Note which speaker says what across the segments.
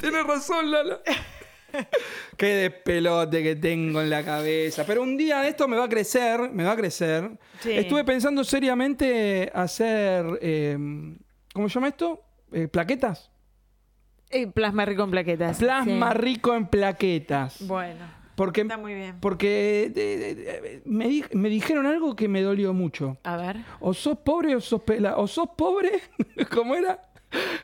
Speaker 1: Tienes razón, Lala. Qué despelote que tengo en la cabeza. Pero un día esto me va a crecer, me va a crecer.
Speaker 2: Sí.
Speaker 1: Estuve pensando seriamente hacer, eh, ¿cómo se llama esto? Eh, plaquetas.
Speaker 2: Eh, plasma rico en plaquetas.
Speaker 1: Plasma
Speaker 2: sí.
Speaker 1: rico en plaquetas.
Speaker 2: Bueno,
Speaker 1: Porque,
Speaker 2: está muy bien.
Speaker 1: porque eh, eh, eh, me, di- me dijeron algo que me dolió mucho.
Speaker 2: A ver.
Speaker 1: O sos pobre o sos pelado. O sos pobre, ¿cómo era?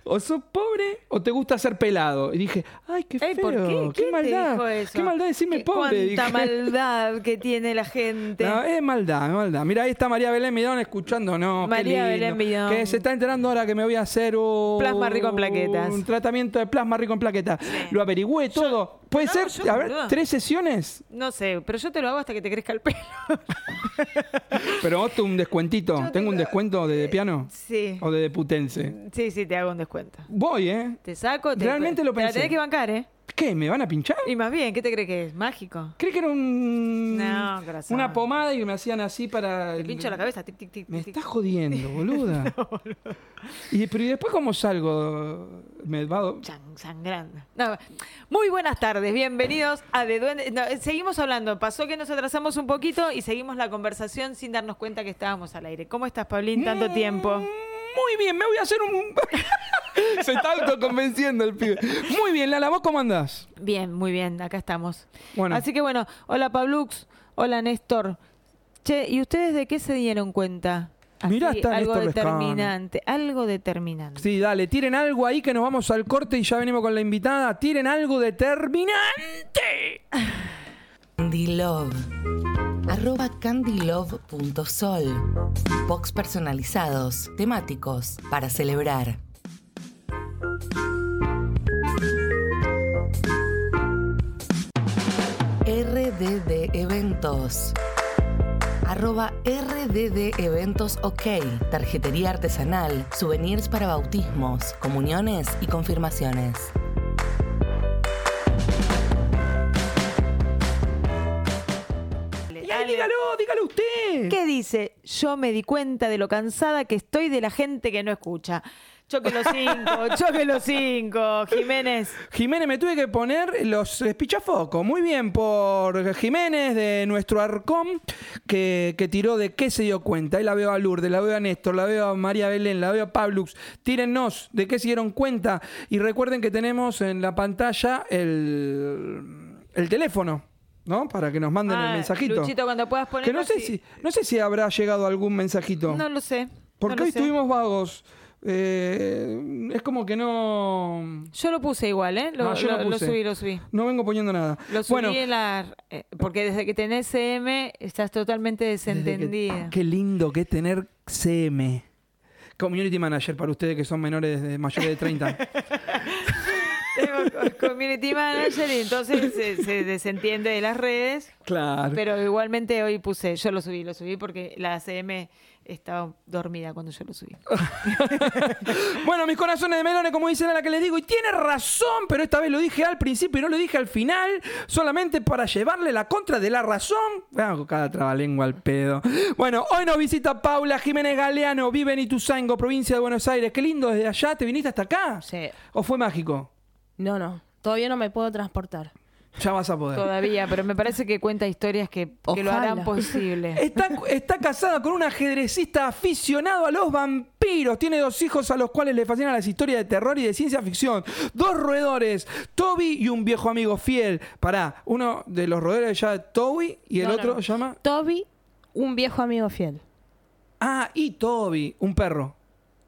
Speaker 1: O sos pobre o te gusta ser pelado. Y dije, ay, qué feo,
Speaker 2: Ey, ¿por qué? ¿Quién te
Speaker 1: maldad.
Speaker 2: dijo eso?
Speaker 1: Qué maldad decirme
Speaker 2: ¿Qué-
Speaker 1: pobre.
Speaker 2: Cuánta
Speaker 1: dije.
Speaker 2: maldad que tiene la gente.
Speaker 1: No, eh. es maldad, es maldad. Mira, ahí está María Belén Midón escuchando, no. qué lindo.
Speaker 2: María Belén Midón.
Speaker 1: Que se está enterando ahora que me voy a hacer un.
Speaker 2: Plasma rico en plaquetas.
Speaker 1: Un tratamiento de plasma rico en plaquetas. Lo averigüé todo. ¿Puede
Speaker 2: No,
Speaker 1: ser?
Speaker 2: yo,
Speaker 1: a ver,
Speaker 2: boludo.
Speaker 1: tres sesiones.
Speaker 2: No sé, pero yo te lo hago hasta que te crezca el pelo.
Speaker 1: Pero vos tú un descuentito. ¿Tengo un descuento de, de piano?
Speaker 2: sí.
Speaker 1: ¿O de, de putense?
Speaker 2: Sí, sí, te hago un descuento.
Speaker 1: Voy, ¿eh?
Speaker 2: Te saco, te
Speaker 1: Realmente lo
Speaker 2: te la
Speaker 1: pensé.
Speaker 2: tenés que bancar, ¿eh?
Speaker 1: ¿Qué? ¿Me van a pinchar?
Speaker 2: Y más bien, ¿qué te crees que es? ¿Mágico?
Speaker 1: Creí que era un.
Speaker 2: No, corazón.
Speaker 1: Una pomada y me hacían así para.
Speaker 2: Te
Speaker 1: el-
Speaker 2: pincho la cabeza, tic, tic, tic.
Speaker 1: Me
Speaker 2: tic, tic.
Speaker 1: estás jodiendo, boluda. Y, pero ¿y después cómo salgo? ¿Me va a-
Speaker 2: Chan- sangrando. No, muy buenas tardes, bienvenidos a De Duende. no, eh, seguimos hablando, pasó que nos atrasamos un poquito y seguimos la conversación sin darnos cuenta que estábamos al aire. ¿Cómo estás, Pablín? Tanto tiempo.
Speaker 1: Mm, Muy bien, me voy a hacer un. Se está autoconvenciendo el pibe. Muy bien, Lala, ¿vos cómo andás?
Speaker 2: Bien, muy bien, acá estamos.
Speaker 1: Bueno.
Speaker 2: Así que bueno, hola Pablux, hola Néstor. Che, ¿y ustedes de qué se dieron cuenta?
Speaker 1: Mirá, está
Speaker 2: algo
Speaker 1: Néstor Lescano.
Speaker 2: determinante, algo determinante.
Speaker 1: Sí, dale, tiren algo ahí que nos vamos al corte y ya venimos con la invitada. Tiren algo determinante.
Speaker 3: Candylove. Arroba candylove.sol. Box personalizados, temáticos, para celebrar. RDD Eventos. Arroba RDD Eventos OK. Tarjetería artesanal, souvenirs para bautismos, comuniones y confirmaciones.
Speaker 1: Y ahí dígalo, dígalo usted.
Speaker 2: ¿Qué dice? Yo me di cuenta de lo cansada que estoy de la gente que no escucha. Choque los cinco, choque los cinco, Jiménez.
Speaker 1: Jiménez, me tuve que poner los espichafocos. Muy bien, por Jiménez de nuestro Arcom, que, que tiró de qué se dio cuenta. Ahí la veo a Lourdes, la veo a Néstor, la veo a María Belén, la veo a Pablux. Tírennos de qué se dieron cuenta. Y recuerden que tenemos en la pantalla el, el teléfono, ¿no? Para que nos manden el
Speaker 2: Ah,
Speaker 1: mensajito.
Speaker 2: Luchito, cuando puedas ponerlo,
Speaker 1: que no sé,
Speaker 2: sí.
Speaker 1: si, no sé si habrá llegado algún mensajito.
Speaker 2: No lo sé.
Speaker 1: porque
Speaker 2: no lo
Speaker 1: hoy
Speaker 2: sé.
Speaker 1: estuvimos vagos. Eh, es como que no...
Speaker 2: Yo lo puse igual, ¿eh? Lo,
Speaker 1: No, yo lo
Speaker 2: lo- lo
Speaker 1: puse.
Speaker 2: subí, lo subí.
Speaker 1: No vengo poniendo nada.
Speaker 2: Lo subí
Speaker 1: bueno,
Speaker 2: en la... eh, porque desde que tenés CM estás totalmente
Speaker 1: desde que-
Speaker 2: desentendida.
Speaker 1: qué lindo que es tener CM. Community Manager para ustedes que son menores de mayores de 30.
Speaker 2: Tengo co- community manager y entonces se, se desentiende de las redes.
Speaker 1: claro.
Speaker 2: Pero igualmente hoy puse, yo lo subí, lo subí porque la CM estaba dormida cuando yo lo subí.
Speaker 1: Ah. bueno, mis corazones de melones, como dice la que les digo, y tiene razón, pero esta vez lo dije al principio y no lo dije al final, solamente para llevarle la contra de la razón. Ah, cada trabalengua al pedo. Bueno, hoy nos visita Paula Jiménez Galeano, vive en Ituzaingo, provincia de Buenos Aires. Qué lindo desde allá, ¿te viniste hasta acá?
Speaker 4: Sí.
Speaker 1: ¿O fue mágico?
Speaker 4: No, no. Todavía no me puedo transportar.
Speaker 1: Ya vas a poder.
Speaker 2: Todavía, pero me parece que cuenta historias que, que lo
Speaker 4: Ojalá.
Speaker 2: harán posible.
Speaker 1: Está, está casada con un ajedrecista aficionado a los vampiros. Tiene dos hijos a los cuales le fascinan las historias de terror y de ciencia ficción. Dos roedores, Toby y un viejo amigo fiel. Pará, uno de los roedores ya Toby y el
Speaker 4: No, no,
Speaker 1: otro
Speaker 4: no.
Speaker 1: llama.
Speaker 4: Toby, un viejo amigo fiel.
Speaker 1: Ah, y Toby, un perro.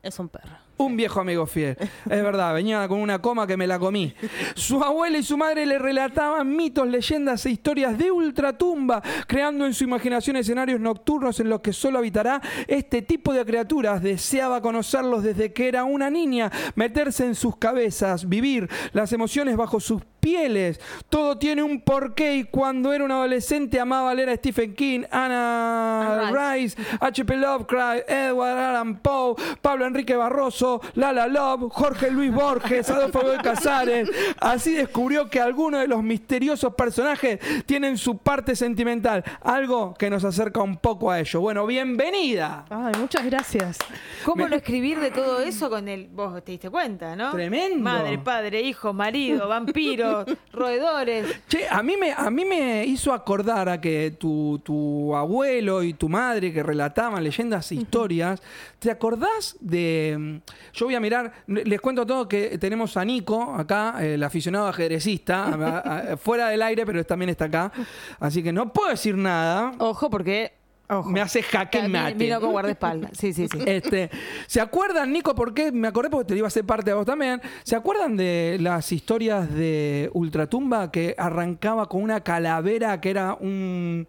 Speaker 4: Es un perro.
Speaker 1: Un viejo amigo fiel. Es verdad, venía con una coma que me la comí. Su abuela y su madre le relataban mitos, leyendas e historias de ultratumba, creando en su imaginación escenarios nocturnos en los que solo habitará este tipo de criaturas. Deseaba conocerlos desde que era una niña, meterse en sus cabezas, vivir las emociones bajo sus pieles. Todo tiene un porqué y cuando era un adolescente amaba leer a Stephen King, Anna
Speaker 4: Anne
Speaker 1: Rice, H.P. Lovecraft, Edward Allan Poe, Pablo Enrique Barroso, Lala Love, Jorge Luis Borges, Adolfo Bioy Casares. Así descubrió que algunos de los misteriosos personajes tienen su parte sentimental, algo que nos acerca un poco a ello. Bueno, bienvenida.
Speaker 4: Ay, muchas gracias.
Speaker 2: ¿Cómo no escribir de todo eso con el. Vos te diste cuenta, ¿no?
Speaker 1: Tremendo.
Speaker 2: Madre, padre, hijo, marido, vampiros, roedores.
Speaker 1: Che, a mí me, a mí me hizo acordar a que tu, tu abuelo y tu madre que relataban leyendas e historias, ¿te acordás de...? mm, Yo voy a mirar, le- les cuento a todos que tenemos a Nico acá, el aficionado ajedrecista, a- a- fuera del aire, pero también está acá, así que no puedo decir nada.
Speaker 2: Ojo, porque. Ojo. Ah,
Speaker 1: Me hace jaque
Speaker 2: Mi-
Speaker 1: mate.
Speaker 2: Miro con guardaespaldas. Sí, sí, sí.
Speaker 1: Este, ¿Se acuerdan, Nico? Porque me acordé porque te iba a hacer parte a vos también. ¿Se acuerdan de las historias de Ultratumba que arrancaba con una calavera que era un,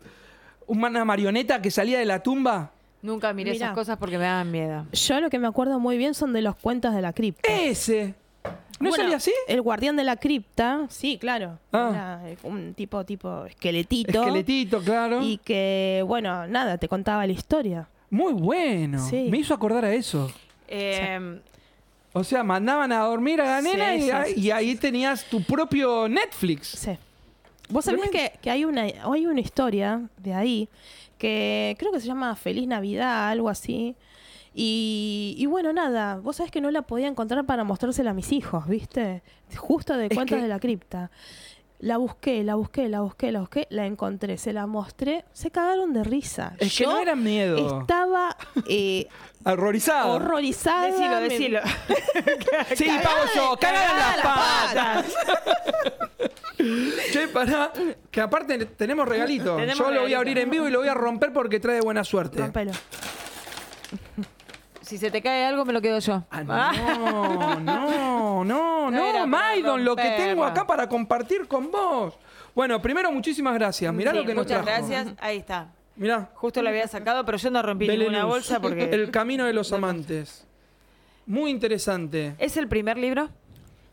Speaker 1: una marioneta que salía de la tumba?
Speaker 2: Nunca miré
Speaker 4: Mirá.
Speaker 2: esas cosas porque me daban miedo.
Speaker 4: Yo lo que me acuerdo muy bien son de los cuentos de la cripta.
Speaker 1: Ese. Eh, ¿No
Speaker 4: Bueno,
Speaker 1: salía así?
Speaker 4: El guardián de la cripta, sí, claro.
Speaker 1: Ah.
Speaker 4: Era eh, un tipo, tipo esqueletito.
Speaker 1: Esqueletito, claro.
Speaker 4: Y que, bueno, nada, te contaba la historia.
Speaker 1: Muy bueno.
Speaker 4: Sí.
Speaker 1: Me hizo acordar a eso.
Speaker 2: Eh,
Speaker 1: O sea, mandaban a dormir a la
Speaker 4: Sí,
Speaker 1: nena y,
Speaker 4: sí,
Speaker 1: ahí-
Speaker 4: sí,
Speaker 1: y ahí tenías tu propio Netflix.
Speaker 4: Sí. Vos sabés
Speaker 1: Tremendo.
Speaker 4: que, que hay, una, hay una historia de ahí que creo que se llama Feliz Navidad, algo así. Y, y bueno, nada, vos sabés que no la podía encontrar para mostrársela a mis hijos, ¿viste? Justo de
Speaker 1: Es
Speaker 4: cuentos
Speaker 1: que-
Speaker 4: de la cripta. La busqué, la busqué, la busqué, la busqué, la encontré, se la mostré, se cagaron de risa.
Speaker 1: Es que
Speaker 4: Yo
Speaker 1: no era miedo. Ah,
Speaker 4: Estaba eh,
Speaker 1: Horrorizado.
Speaker 4: horrorizada.
Speaker 2: decilo,
Speaker 4: me-
Speaker 2: decilo.
Speaker 1: Sí, pago yo. Cagaron las patas. Che, pará, que aparte tenemos regalito.
Speaker 2: Tenemos
Speaker 1: Yo lo voy
Speaker 2: regalito.
Speaker 1: a abrir en vivo y lo voy a romper porque trae buena suerte.
Speaker 4: Rompelo.
Speaker 2: Si se te cae algo, me lo quedo yo.
Speaker 1: Ah,
Speaker 2: Ah.
Speaker 1: no, no, no,
Speaker 2: No era
Speaker 1: no,
Speaker 2: para
Speaker 1: Maidon, lo que tengo
Speaker 2: romperla.
Speaker 1: acá para compartir con vos. Bueno, primero, muchísimas gracias. Mirá
Speaker 2: Sí,
Speaker 1: lo que nos
Speaker 2: Muchas
Speaker 1: trajo.
Speaker 2: gracias. Ahí está.
Speaker 1: Mirá.
Speaker 2: Justo lo había sacado, pero yo no rompí ninguna
Speaker 1: Belenus,
Speaker 2: bolsa porque.
Speaker 1: El camino de los amantes. Muy interesante.
Speaker 2: ¿Es el primer libro?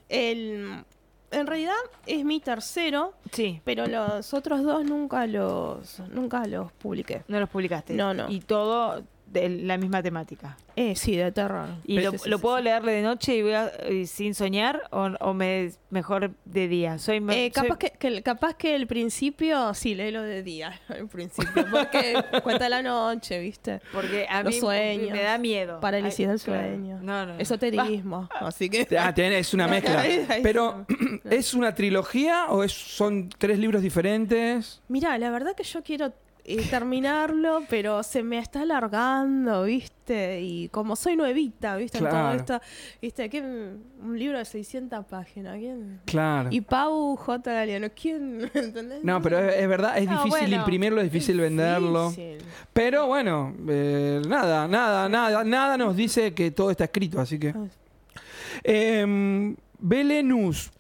Speaker 4: El- en realidad es mi tercero,
Speaker 2: Sí.
Speaker 4: pero los otros dos nunca los nunca los publiqué.
Speaker 2: No los publicaste.
Speaker 4: No, no.
Speaker 2: Y todo de la misma temática.
Speaker 4: Eh, sí, de terror.
Speaker 2: ¿Y
Speaker 4: Sí,
Speaker 2: lo,
Speaker 4: sí, sí,
Speaker 2: lo
Speaker 4: sí,
Speaker 2: puedo
Speaker 4: sí.
Speaker 2: leerle de noche y voy a- y sin soñar o, o me mejor de día? Soy me-
Speaker 4: Eh, capaz,
Speaker 2: soy-
Speaker 4: que, que el- capaz que el principio, sí, léelo de día, el principio, porque cuenta la noche, ¿viste?
Speaker 2: porque a
Speaker 4: Los
Speaker 2: mí
Speaker 4: sueños.
Speaker 2: me da miedo. Ay,
Speaker 4: Parálisis del
Speaker 2: claro.
Speaker 4: sueño.
Speaker 2: No, no, no.
Speaker 4: Esoterismo, así que...
Speaker 1: Ah, tenés, es una mezcla.
Speaker 4: Ahí, ahí.
Speaker 1: Pero, ¿es una trilogía o es- son tres libros diferentes?
Speaker 4: Mira, la verdad que yo quiero eh, terminarlo, pero se me está alargando, ¿viste? Y como soy nuevita, ¿viste?
Speaker 1: Claro.
Speaker 4: En todo esto, ¿viste? ¿Quién- un libro de 600 páginas, ¿quién?
Speaker 1: Claro.
Speaker 4: Y Pau J. Galeano, ¿quién? ¿Entendés?
Speaker 1: No, pero es, es verdad, es
Speaker 2: No,
Speaker 1: difícil
Speaker 2: bueno.
Speaker 1: imprimirlo, es difícil venderlo.
Speaker 4: Difícil.
Speaker 1: Pero bueno, eh, nada, nada, nada, nada nos dice que todo está escrito, así que.
Speaker 4: Ah.
Speaker 1: Em, Belenus.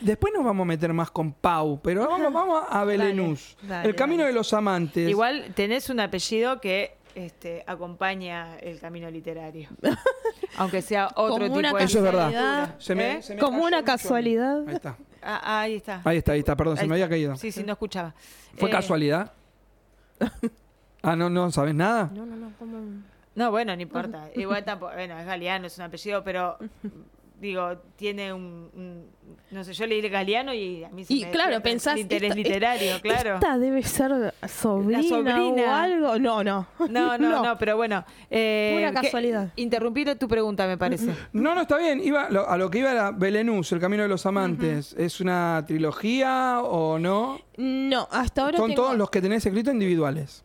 Speaker 1: Después nos vamos a meter más con Pau, pero vamos, vamos a Belenus.
Speaker 4: dale,
Speaker 1: el camino
Speaker 4: dale.
Speaker 1: de los amantes.
Speaker 2: Igual tenés un apellido que este, acompaña el camino literario. Aunque sea otro
Speaker 4: Como
Speaker 2: tipo
Speaker 4: una
Speaker 2: de Eh,
Speaker 1: Eso es verdad.
Speaker 4: casualidad,
Speaker 1: Se me- se me
Speaker 4: Como
Speaker 1: cayó
Speaker 4: una
Speaker 1: el chorro.
Speaker 4: casualidad.
Speaker 1: Ahí está.
Speaker 2: Ah, ahí está.
Speaker 1: Ahí está, ahí está, perdón, se
Speaker 2: Ahí
Speaker 1: me había
Speaker 2: está.
Speaker 1: caído.
Speaker 2: Sí, sí, no escuchaba.
Speaker 1: ¿Fue
Speaker 2: Eh,
Speaker 1: casualidad? Ah, no, no, ¿sabes nada?
Speaker 4: No, no, no, como...
Speaker 2: No, bueno, no importa. Igual tampoco, bueno, es Galeano, es un apellido, pero digo, tiene un, un- no sé, yo leí Galeano y a mí se
Speaker 4: Y
Speaker 2: me
Speaker 4: claro,
Speaker 2: despierta el
Speaker 4: pensás...
Speaker 2: interés
Speaker 4: esta-
Speaker 2: literario,
Speaker 4: esta-
Speaker 2: claro.
Speaker 4: Esta debe ser sobrina, o
Speaker 2: sobrina.
Speaker 4: algo. No, no.
Speaker 2: No, no, no, pero bueno. Eh,
Speaker 4: Pura
Speaker 2: ¿qué-
Speaker 4: casualidad.
Speaker 2: Interrumpir tu pregunta, me parece.
Speaker 1: No, no, está bien. Iba, lo- a lo que iba era Belenus, El Camino de los Amantes. ¿Es una trilogía o no?
Speaker 4: No, hasta ahora
Speaker 1: Son
Speaker 4: tengo-
Speaker 1: todos los que tenés escrito individuales.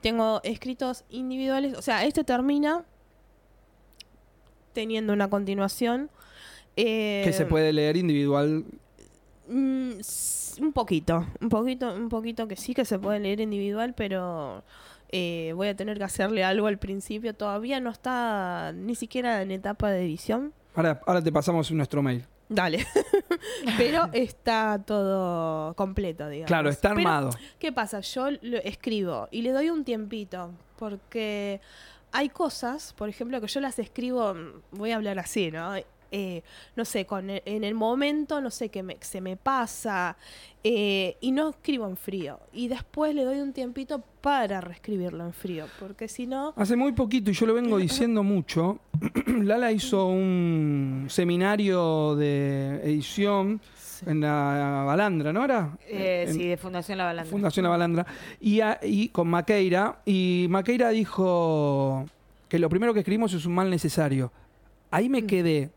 Speaker 4: tengo escritos individuales. O sea, este termina teniendo una continuación. eh,
Speaker 1: que se puede leer individual.
Speaker 4: mm, s- un poquito, un poquito, un poquito que sí que se puede leer individual, pero eh, voy a tener que hacerle algo al principio. Todavía no está ni siquiera en etapa de edición.
Speaker 1: Ahora, ahora te pasamos nuestro mail.
Speaker 4: Dale. pero está todo completo, digamos.
Speaker 1: Claro, está
Speaker 4: pues. Pero
Speaker 1: armado.
Speaker 4: ¿Qué pasa? Yo lo escribo y le doy un tiempito, porque hay cosas, por ejemplo, que yo las escribo, mm, voy a hablar así, ¿no? eh, no sé, con el- en el momento, no sé qué me- se me pasa, eh, y no escribo en frío. Y después le doy un tiempito para reescribirlo en frío, porque si no,
Speaker 1: Hace muy poquito, y yo lo vengo diciendo mucho, Lala hizo un seminario de edición en la Balandra, ¿no era?
Speaker 2: Eh,
Speaker 1: En-
Speaker 2: sí, de Fundación La Balandra.
Speaker 1: Fundación Avalandra. Y, a- y con Maqueira. Y Maqueira dijo que lo primero que escribimos es un mal necesario. Ahí
Speaker 2: Mm.
Speaker 1: me quedé.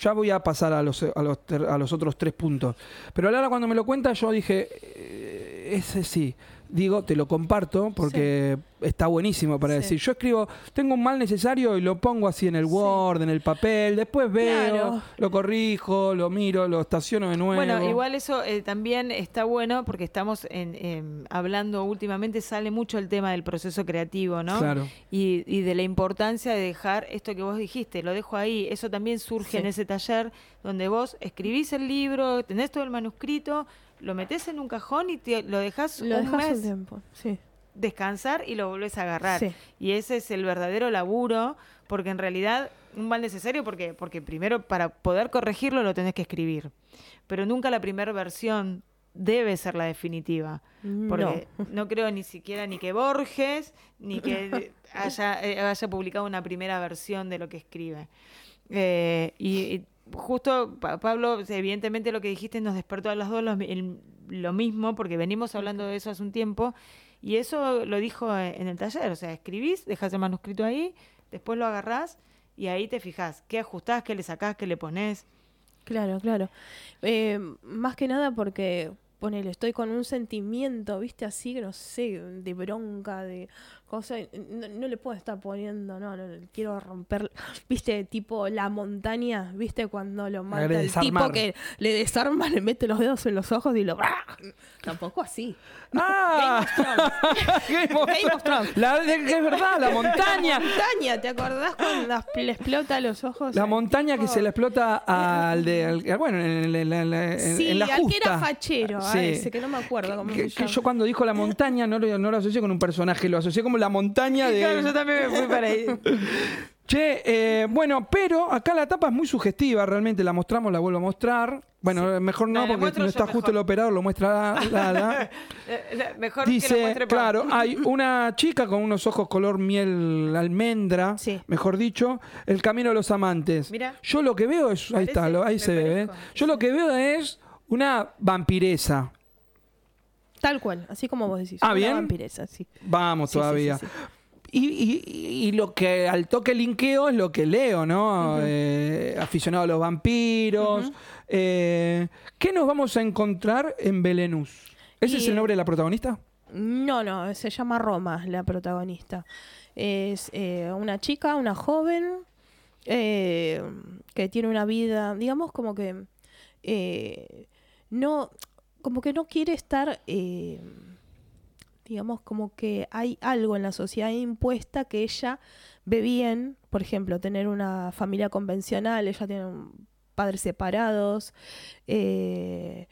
Speaker 1: Ya voy a pasar a los, a los, ter- a los otros tres puntos. Pero Lara, cuando me lo cuenta, yo dije, eh, ese sí. Digo, te lo comparto porque está buenísimo para
Speaker 4: Sí.
Speaker 1: decir. Yo escribo, tengo un mal necesario y lo pongo así en el Word, en el papel. Después veo,
Speaker 4: Claro.
Speaker 1: lo corrijo, lo miro, lo estaciono de nuevo.
Speaker 2: Bueno, igual eso eh, también está bueno porque estamos en, em, hablando últimamente, sale mucho el tema del proceso creativo, ¿no?
Speaker 1: Claro.
Speaker 2: Y, y de la importancia de dejar esto que vos dijiste, lo dejo ahí, eso también surge
Speaker 4: Sí.
Speaker 2: en ese taller donde vos escribís el libro, tenés todo el manuscrito, lo metés en un cajón y te- lo dejás
Speaker 4: lo
Speaker 2: un
Speaker 4: dejas un
Speaker 2: mes
Speaker 4: tiempo. Sí.
Speaker 2: descansar y lo volvés a agarrar.
Speaker 4: Sí.
Speaker 2: Y ese es el verdadero laburo, porque en realidad un mal necesario, porque porque primero para poder corregirlo lo tenés que escribir, pero nunca la primera versión debe ser la definitiva, porque no, creo ni siquiera ni que Borges ni que haya, eh, haya publicado una primera versión de lo que escribe. Eh, y, y justo, Pa- Pablo, evidentemente lo que dijiste nos despertó a las dos lo, el- lo mismo, porque venimos hablando de eso hace un tiempo, y eso lo dijo eh, en el taller, o sea, escribís, dejás el manuscrito ahí, después lo agarrás y ahí te fijás, qué ajustás, qué le sacás, qué le ponés.
Speaker 4: Claro, claro. Eh, más que nada porque, ponele, estoy con un sentimiento, viste, así, que no sé, de bronca, de cosa, y no, no le puedo estar poniendo, no, no, no, quiero romper, viste, tipo la montaña, viste, cuando lo mata el
Speaker 1: desarmar.
Speaker 4: tipo que le desarma, le mete los dedos en los ojos y lo... ¡ah! Tampoco así.
Speaker 1: ¡Ah! Game of
Speaker 4: Game
Speaker 1: Thrones.
Speaker 4: of Thrones.
Speaker 1: La- de- que es verdad, la montaña.
Speaker 4: Montaña, ¿te acordás cuando le explota los ojos?
Speaker 1: La
Speaker 4: al
Speaker 1: montaña que
Speaker 4: tipo?
Speaker 1: se le explota al de. al- bueno, en, en- en- en-
Speaker 4: Sí,
Speaker 1: en la
Speaker 4: al que era
Speaker 1: justa.
Speaker 4: fachero, a
Speaker 1: Sí.
Speaker 4: ese, que no me acuerdo cómo
Speaker 1: Que-
Speaker 4: se
Speaker 1: que
Speaker 4: llama.
Speaker 1: yo cuando dijo la montaña no lo, no lo asocié con un personaje, lo asocié como la montaña de.
Speaker 2: también me fui para ahí.
Speaker 1: Che, eh, bueno, pero acá la tapa es muy sugestiva, realmente la mostramos, la vuelvo a mostrar. Bueno, mejor no,
Speaker 2: No, la
Speaker 1: porque
Speaker 2: muestro
Speaker 1: no
Speaker 2: yo
Speaker 1: está justo
Speaker 2: mejor.
Speaker 1: el operador, lo muestra la- la- la.
Speaker 2: Eh, Mejor que lo
Speaker 1: Dice,
Speaker 2: muestre Pablo.
Speaker 1: claro, hay una chica con unos ojos color miel almendra,
Speaker 4: Sí.
Speaker 1: mejor dicho, el camino de los amantes.
Speaker 2: Mirá.
Speaker 1: Yo lo que veo es, ahí está,
Speaker 2: Parece,
Speaker 1: lo- ahí
Speaker 2: me
Speaker 1: se ve, ¿eh?
Speaker 2: parezco.
Speaker 1: Yo lo que veo es una vampiresa.
Speaker 4: Tal cual, así como vos decís.
Speaker 1: Ah,
Speaker 4: una
Speaker 1: bien.
Speaker 4: vampiresa, sí.
Speaker 1: Vamos
Speaker 4: Sí, sí,
Speaker 1: todavía.
Speaker 4: sí, sí.
Speaker 1: Y, y- y lo que al toque linkeo es lo que leo, ¿no? Eh, aficionado a los vampiros. Eh, ¿Qué nos vamos a encontrar en Belenus? ¿Ese
Speaker 4: Y-
Speaker 1: es el nombre de la protagonista?
Speaker 4: No, no, se llama Roma, la protagonista. Es eh, una chica, una joven, eh, que tiene una vida, digamos, como que eh, no, como que no quiere estar, eh, digamos, como que hay algo en la sociedad impuesta que ella ve bien, por ejemplo, tener una familia convencional, ella tiene un- padres separados, eh,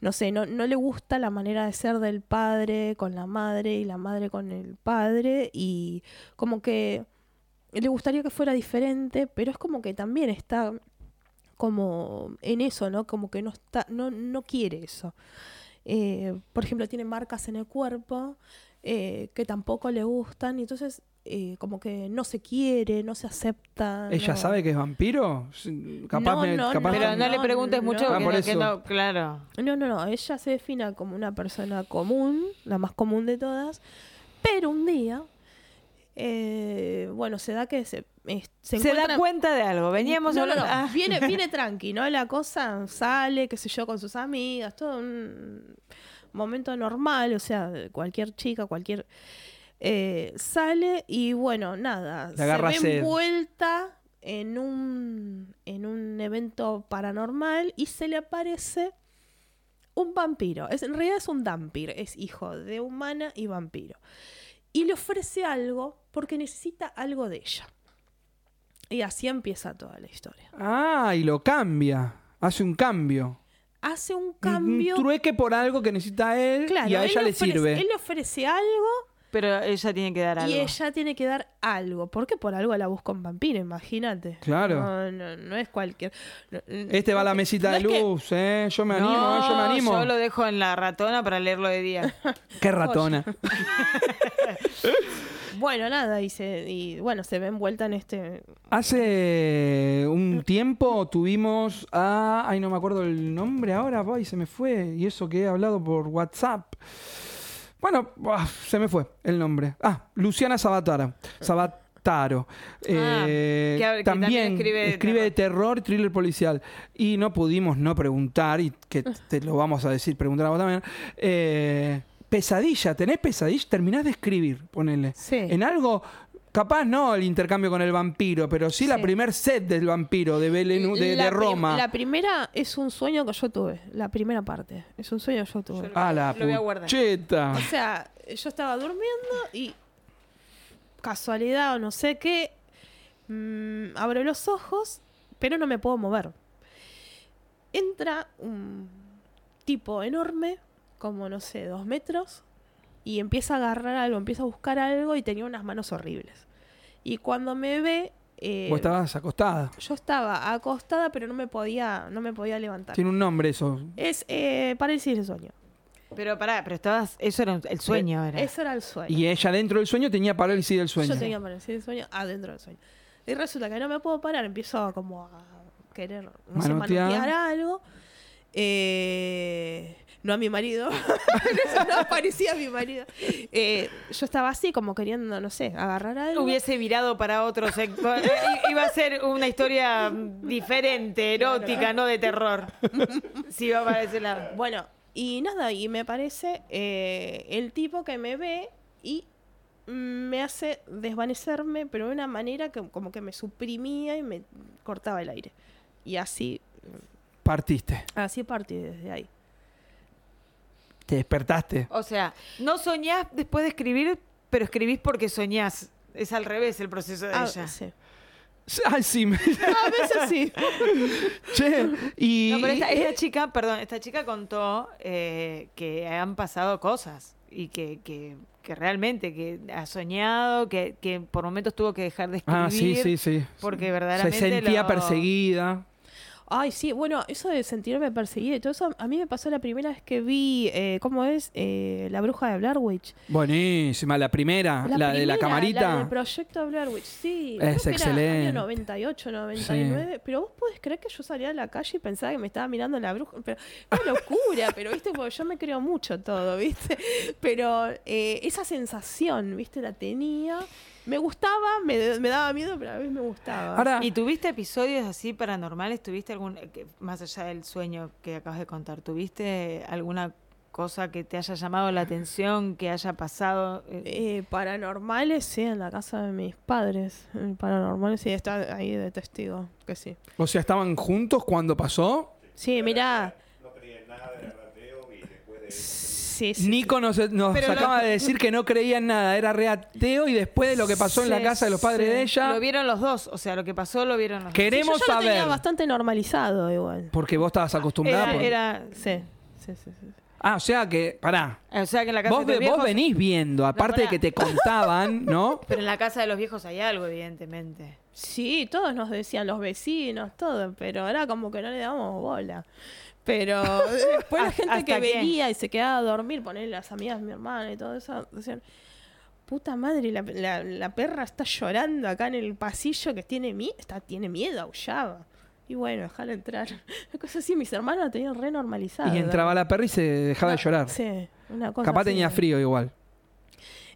Speaker 4: no sé, no, no le gusta la manera de ser del padre con la madre y la madre con el padre y como que le gustaría que fuera diferente, pero es como que también está como en eso, ¿no? Como que no está, no, no quiere eso. Eh, por ejemplo, tiene marcas en el cuerpo eh, que tampoco le gustan, y entonces eh, como que no se quiere, no se acepta.
Speaker 1: ¿Ella
Speaker 4: Ah, no.
Speaker 1: sabe que es vampiro? Sí, Capaz
Speaker 4: No,
Speaker 1: me-
Speaker 4: no,
Speaker 1: capaz
Speaker 2: Pero no le
Speaker 4: No,
Speaker 2: preguntes mucho,
Speaker 4: no.
Speaker 2: que
Speaker 1: Ah, por
Speaker 2: no- que
Speaker 1: eso.
Speaker 2: no, claro.
Speaker 4: No, no, no. Ella se defina como una persona común, la más común de todas. Pero un día, eh, bueno, se da que se, eh, se
Speaker 2: Se, da
Speaker 4: encuentran-
Speaker 2: cuenta de algo. Veníamos
Speaker 4: no, no,
Speaker 2: hablando.
Speaker 4: no,
Speaker 2: Ah.
Speaker 4: Viene, viene tranqui, ¿no? La cosa sale, qué sé yo, con sus amigas, todo un momento normal, o sea, cualquier chica, cualquier. eh, sale y bueno, nada.
Speaker 1: Le agarra
Speaker 4: se
Speaker 1: sed.
Speaker 4: ve envuelta en un, en un evento paranormal y se le aparece un vampiro. Es, en realidad es un vampiro, es hijo de humana y vampiro. Y le ofrece algo porque necesita algo de ella. Y así empieza toda la historia.
Speaker 1: Ah, y lo cambia. Hace un cambio.
Speaker 4: Hace un
Speaker 1: Un-
Speaker 4: cambio.
Speaker 1: Un trueque por algo que necesita él
Speaker 4: claro,
Speaker 1: y a
Speaker 4: él
Speaker 1: ella le
Speaker 4: ofrece-
Speaker 1: sirve.
Speaker 4: Él le ofrece algo
Speaker 2: Pero ella tiene que dar algo.
Speaker 4: Y ella tiene que dar algo. Porque por algo la busco en vampiro, imagínate.
Speaker 1: Claro.
Speaker 4: No, no, no es cualquier. no, mm,
Speaker 1: Este va a la
Speaker 4: no-
Speaker 1: mesita
Speaker 4: no
Speaker 1: de
Speaker 4: es que-
Speaker 1: luz, ¿eh? Yo me animo, ¿eh? yo me
Speaker 2: No,
Speaker 1: animo.
Speaker 2: Yo lo dejo en la ratona para leerlo de día.
Speaker 1: Qué ratona.
Speaker 4: Bueno, nada, y, se, y bueno, se ve envuelta en este.
Speaker 1: Hace un tiempo tuvimos a. Ay, no me acuerdo el nombre ahora, boy, se me fue. Y eso que he hablado por WhatsApp. Bueno, ah, se me fue el nombre. Ah, Luciana Sabatara. Sabataro. Eh,
Speaker 2: Ah, que hab- que también escribe de
Speaker 1: de terror, thriller policial. Y no pudimos no preguntar, y que te lo vamos a decir, preguntar a vos también. eh, pesadilla, ¿tenés pesadilla? Terminás de escribir, ponele.
Speaker 4: Sí.
Speaker 1: En algo, capaz no el intercambio con el vampiro, pero sí, la
Speaker 4: Sí.
Speaker 1: primer set del vampiro de, Belén, de,
Speaker 4: La
Speaker 1: de
Speaker 4: prim-
Speaker 1: Roma.
Speaker 4: La primera es un sueño que yo tuve. La primera parte. Es un sueño que yo tuve.
Speaker 1: Ah, la
Speaker 2: Lo voy a guardar.
Speaker 1: pucheta.
Speaker 4: O sea, yo estaba durmiendo y casualidad o no sé qué, mm, abro los ojos, pero no me puedo mover. Entra un tipo enorme, como no sé, dos metros, y empieza a agarrar algo, empieza a buscar algo y tenía unas manos horribles. Y cuando me ve, eh,
Speaker 1: Vos estabas acostada.
Speaker 4: yo estaba acostada, pero no me podía, no me podía levantar.
Speaker 1: Tiene un nombre eso.
Speaker 4: Es eh, parálisis de sueño.
Speaker 2: Pero pará, pero estabas. Eso era un- el sueño, era.
Speaker 4: Eso era el sueño.
Speaker 1: Y ella dentro del sueño tenía parálisis del sueño.
Speaker 4: Yo tenía parálisis de sueño adentro del sueño. Y resulta que no me puedo parar, empiezo como a querer no sé,
Speaker 1: Manotear.
Speaker 4: manotear algo. Eh, no a mi marido. Eso no parecía mi marido. Eh, yo estaba así, como queriendo, no sé, agarrar algo.
Speaker 2: Hubiese virado para otro sector. Eh, i- Iba a ser una historia diferente, erótica, no de terror. Si va para ese lado.
Speaker 4: Bueno, y nada, y me parece eh, el tipo que me ve y me hace desvanecerme, pero de una manera que como que me suprimía y me cortaba el aire. Y así,
Speaker 1: Partiste.
Speaker 4: así partí desde ahí.
Speaker 1: Te despertaste.
Speaker 2: O sea, no soñás después de escribir, pero escribís porque soñás. Es al revés el proceso de
Speaker 4: Ah,
Speaker 2: ella.
Speaker 4: sí.
Speaker 1: Ay, sí. me-
Speaker 4: A veces sí.
Speaker 1: che. Y,
Speaker 2: No, pero esta,
Speaker 1: y-
Speaker 2: esta chica, perdón, esta chica contó eh, que han pasado cosas y que, que, que realmente que ha soñado, que, que por momentos tuvo que dejar de escribir.
Speaker 1: Ah, sí, sí, sí.
Speaker 2: Porque
Speaker 1: Se
Speaker 2: verdaderamente
Speaker 1: sentía
Speaker 2: lo-
Speaker 1: perseguida.
Speaker 4: Ay, sí, bueno, eso de sentirme perseguida y todo eso, a mí me pasó la primera vez que vi, eh, ¿cómo es? Eh, la bruja de Blair Witch.
Speaker 1: Buenísima, la primera, Ah, la, de la
Speaker 4: primera,
Speaker 1: camarita.
Speaker 4: La del proyecto de Blair Witch, sí.
Speaker 1: Es
Speaker 4: Creo que era año
Speaker 1: excelente.
Speaker 4: 98, 99. Pero vos podés creer que yo salía a la calle y pensaba que me estaba mirando la bruja. Pero, una locura, pero viste, porque yo me creo mucho todo, viste. Pero eh, esa sensación, viste, la tenía. Me gustaba, me, me daba miedo, pero a la vez me gustaba.
Speaker 1: Ahora,
Speaker 2: ¿Y tuviste episodios así paranormales? ¿Tuviste algún, eh, que- más allá del sueño que acabas de contar, ¿tuviste alguna cosa que te haya llamado la atención, que haya pasado? eh?
Speaker 4: Eh, paranormales, sí, en la casa de mis padres. Eh, Paranormales, sí, está ahí de testigo, que sí.
Speaker 1: o sea, estaban juntos cuando pasó.
Speaker 4: Sí, mira. Sí, sí.
Speaker 1: Nico nos, nos
Speaker 2: Pero lo-
Speaker 1: acaba de decir que no creía en nada, era re ateo y después de lo que pasó en la
Speaker 4: Sí,
Speaker 1: casa de los padres
Speaker 4: sí.
Speaker 1: de ella,
Speaker 2: Lo vieron los dos, o sea, lo que pasó lo vieron los dos.
Speaker 4: Sí, yo
Speaker 1: queremos
Speaker 4: ya lo
Speaker 1: saber.
Speaker 4: tenía bastante normalizado igual.
Speaker 1: Porque vos estabas acostumbrada.
Speaker 2: Era,
Speaker 1: por-
Speaker 2: era-
Speaker 4: Sí, sí, sí. sí.
Speaker 1: Ah, o sea que, pará,
Speaker 2: o sea, que en la casa
Speaker 1: vos, ve-
Speaker 2: de tus
Speaker 1: vos
Speaker 2: viejos-
Speaker 1: venís viendo, aparte de
Speaker 2: pará.
Speaker 1: que te contaban, ¿no?
Speaker 2: Pero en la casa de los viejos hay algo, evidentemente.
Speaker 4: Sí, todos nos decían, los vecinos, todo, pero era como que no le dábamos bola. Pero eh, después la
Speaker 2: ¿Hasta-
Speaker 4: gente que
Speaker 2: hasta qué?
Speaker 4: venía y se quedaba a dormir, poner las amigas de mi hermana y todo eso, decían, puta madre, la, la- la perra está llorando acá en el pasillo que tiene, mi está, tiene miedo, aullaba. Y bueno, dejarla entrar. Una cosa así, mis hermanos la tenían re normalizada.
Speaker 1: Y entraba la perra y se dejaba de llorar.
Speaker 4: Sí, una cosa
Speaker 1: Capaz
Speaker 4: así.
Speaker 1: tenía frío igual.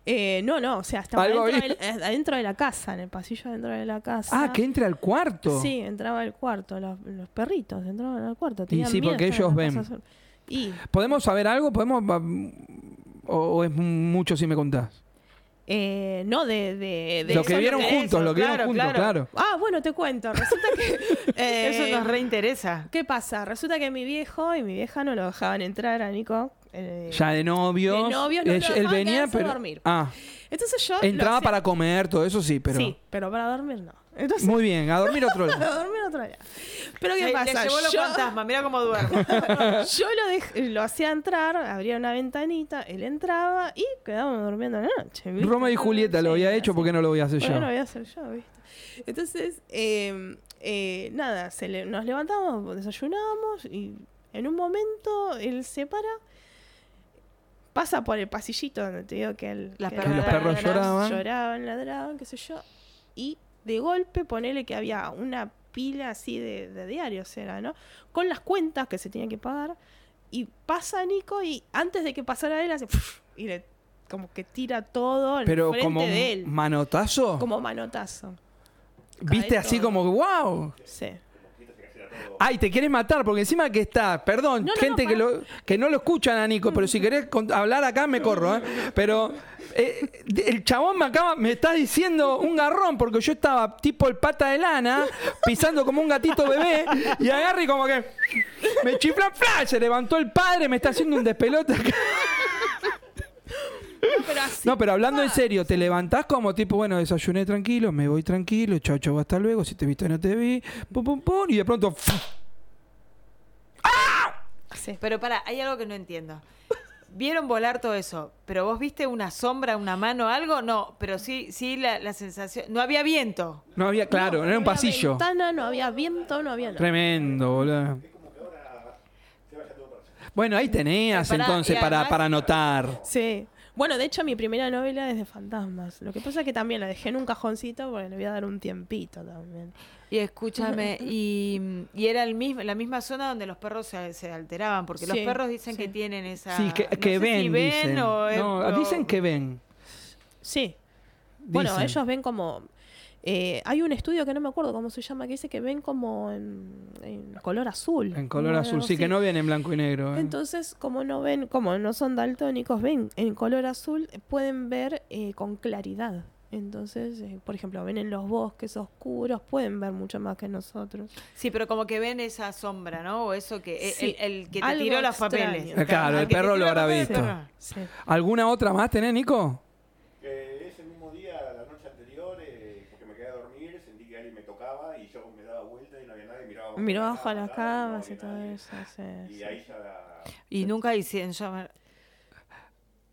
Speaker 4: Eh, no, no, o sea, estaba
Speaker 1: Algo
Speaker 4: adentro,
Speaker 1: había.
Speaker 4: del- eh, adentro de la casa, en el pasillo adentro de la casa.
Speaker 1: Ah, que entre al cuarto.
Speaker 4: Sí, entraba al cuarto, los, los perritos entraban al cuarto. tenían
Speaker 1: sí,
Speaker 4: miedo,
Speaker 1: porque
Speaker 4: estaban
Speaker 1: ellos
Speaker 4: en la casa sola. Y
Speaker 1: ¿Podemos saber algo? ¿Podemos.? va- O, o es mucho si me contás?
Speaker 4: eh, no de... de, de
Speaker 1: lo
Speaker 4: eso
Speaker 1: que
Speaker 4: no
Speaker 1: vieron
Speaker 4: querés.
Speaker 2: eso,
Speaker 1: juntos, lo que vieron
Speaker 2: claro,
Speaker 1: juntos,
Speaker 2: claro.
Speaker 1: claro.
Speaker 4: Ah, bueno, te cuento. Resulta que... eh,
Speaker 2: Eso nos reinteresa.
Speaker 4: ¿Qué pasa? Resulta que mi viejo y mi vieja no lo dejaban entrar a Nico. eh,
Speaker 1: Ya de novios.
Speaker 4: De novios no
Speaker 1: él,
Speaker 4: lo
Speaker 1: él
Speaker 4: dejaban
Speaker 1: venía,
Speaker 4: quedarse a
Speaker 1: pero.
Speaker 4: dormir.
Speaker 1: Ah,
Speaker 4: Entonces yo... lo
Speaker 1: entraba
Speaker 4: hacía-
Speaker 1: para comer, todo eso sí, pero.
Speaker 4: Sí, pero para dormir no. Entonces,
Speaker 1: Muy bien, a dormir otro
Speaker 4: a
Speaker 1: lado.
Speaker 4: dormir otra vez. Pero
Speaker 2: Le,
Speaker 4: ¿qué
Speaker 2: le
Speaker 4: pasa?
Speaker 2: llevó los
Speaker 4: Yo-
Speaker 2: fantasmas, mira cómo duerme.
Speaker 4: yo lo, dej- lo hacía entrar, abría una ventanita, él entraba y quedábamos durmiendo la noche. ¿viste?
Speaker 1: Romeo y Julieta lo
Speaker 4: Sí,
Speaker 1: había hecho,
Speaker 4: así.
Speaker 1: porque no lo voy a hacer
Speaker 4: Porque
Speaker 1: yo?
Speaker 4: no lo voy a hacer yo, ¿viste? Entonces, eh, eh, nada, se le- nos levantamos, desayunamos y en un momento él se para, pasa por el pasillito donde te digo que, el,
Speaker 2: Las
Speaker 4: que
Speaker 2: perras
Speaker 1: Que los
Speaker 2: ladran,
Speaker 1: perros lloraban.
Speaker 4: lloraban, ladraban, qué sé yo, y de golpe ponele que había una pila así de, de diarios, era, ¿no? Con las cuentas que se tenían que pagar, y pasa Nico y antes de que pasara él hace... y le como que tira todo en
Speaker 1: Pero
Speaker 4: frente
Speaker 1: como
Speaker 4: de él.
Speaker 1: manotazo,
Speaker 4: Como manotazo.
Speaker 1: viste
Speaker 4: cae
Speaker 1: así
Speaker 4: todo.
Speaker 1: como, wow.
Speaker 4: Sí.
Speaker 1: Ay, te quieres matar, porque encima que está, perdón,
Speaker 4: No, no,
Speaker 1: gente
Speaker 4: no,
Speaker 1: que,
Speaker 4: para.
Speaker 1: lo, que no lo escuchan a Nico, pero si querés con- hablar acá me corro, ¿eh? Pero eh, el chabón me acaba, me está diciendo un garrón, porque yo estaba tipo el pata de lana, pisando como un gatito bebé, y agarré como que me chifla, ¡fla! se levantó el padre, me está haciendo un despelote acá.
Speaker 4: Pero así.
Speaker 1: No, pero hablando en serio, te levantás como tipo, bueno, desayuné tranquilo, me voy tranquilo, chau, chau, hasta luego, si te viste no te vi, pum, pum, pum, y de pronto...
Speaker 4: así.
Speaker 2: Pero para, hay algo que no entiendo. Vieron volar todo eso, pero vos viste una sombra, una mano, algo? No, pero sí, sí la, la sensación. No había viento.
Speaker 1: No había, claro,
Speaker 4: No,
Speaker 1: era un
Speaker 4: había
Speaker 1: pasillo.
Speaker 4: Ventana, no había viento, no había nada.
Speaker 1: Tremendo, boludo. Bueno, ahí tenías
Speaker 2: Pará,
Speaker 1: entonces
Speaker 2: y
Speaker 1: para,
Speaker 2: además-
Speaker 1: para anotar.
Speaker 4: Sí. Bueno, de hecho, mi primera novela es de fantasmas. Lo que pasa es que también la dejé en un cajoncito porque le voy a dar un tiempito también.
Speaker 2: Y escúchame, y, y era el mismo, la misma zona donde los perros se, se alteraban, porque los
Speaker 4: Sí,
Speaker 2: perros dicen
Speaker 4: sí.
Speaker 2: que tienen esa.
Speaker 1: Sí, que,
Speaker 2: no
Speaker 1: que
Speaker 2: sé
Speaker 1: ven,
Speaker 2: si ven
Speaker 1: dicen.
Speaker 2: o es-
Speaker 1: No,
Speaker 2: o-
Speaker 1: dicen que ven.
Speaker 4: Sí. Bueno,
Speaker 1: Dicen.
Speaker 4: ellos ven como. eh, hay un estudio que no me acuerdo cómo se llama que dice que ven como en, en color azul.
Speaker 1: En color
Speaker 4: Como
Speaker 1: azul,
Speaker 4: algo
Speaker 1: sí, que
Speaker 4: así.
Speaker 1: no vienen en blanco y negro. ¿eh?
Speaker 4: Entonces, como no ven, como no son daltónicos, ven en color azul, eh, pueden ver eh, con claridad. Entonces, eh, por ejemplo, ven en los bosques oscuros, pueden ver mucho más que nosotros.
Speaker 2: Sí, pero como que ven esa sombra, ¿no? O eso que. e,
Speaker 4: Sí,
Speaker 2: El, el que te
Speaker 4: algo
Speaker 2: tiró los
Speaker 4: extraño.
Speaker 2: papeles.
Speaker 1: Eh, claro, el
Speaker 2: que te
Speaker 1: perro
Speaker 2: tiró
Speaker 1: lo
Speaker 2: los
Speaker 1: habrá
Speaker 2: papeles,
Speaker 1: visto.
Speaker 2: perro.
Speaker 4: Sí.
Speaker 1: ¿Alguna otra más tenés, Nico?
Speaker 5: Que ese mismo día, la noche anterior, eh, porque me quedé a dormir, sentí que alguien me tocaba y yo me daba vuelta y no había nadie, miraba abajo.
Speaker 4: Miró
Speaker 5: de la
Speaker 4: bajo las
Speaker 5: cama,
Speaker 4: camas
Speaker 5: no
Speaker 4: y
Speaker 5: había
Speaker 4: todo
Speaker 5: nadie.
Speaker 4: eso. sí, sí.
Speaker 5: Y ahí ya...
Speaker 2: Y nunca hicieron llamar.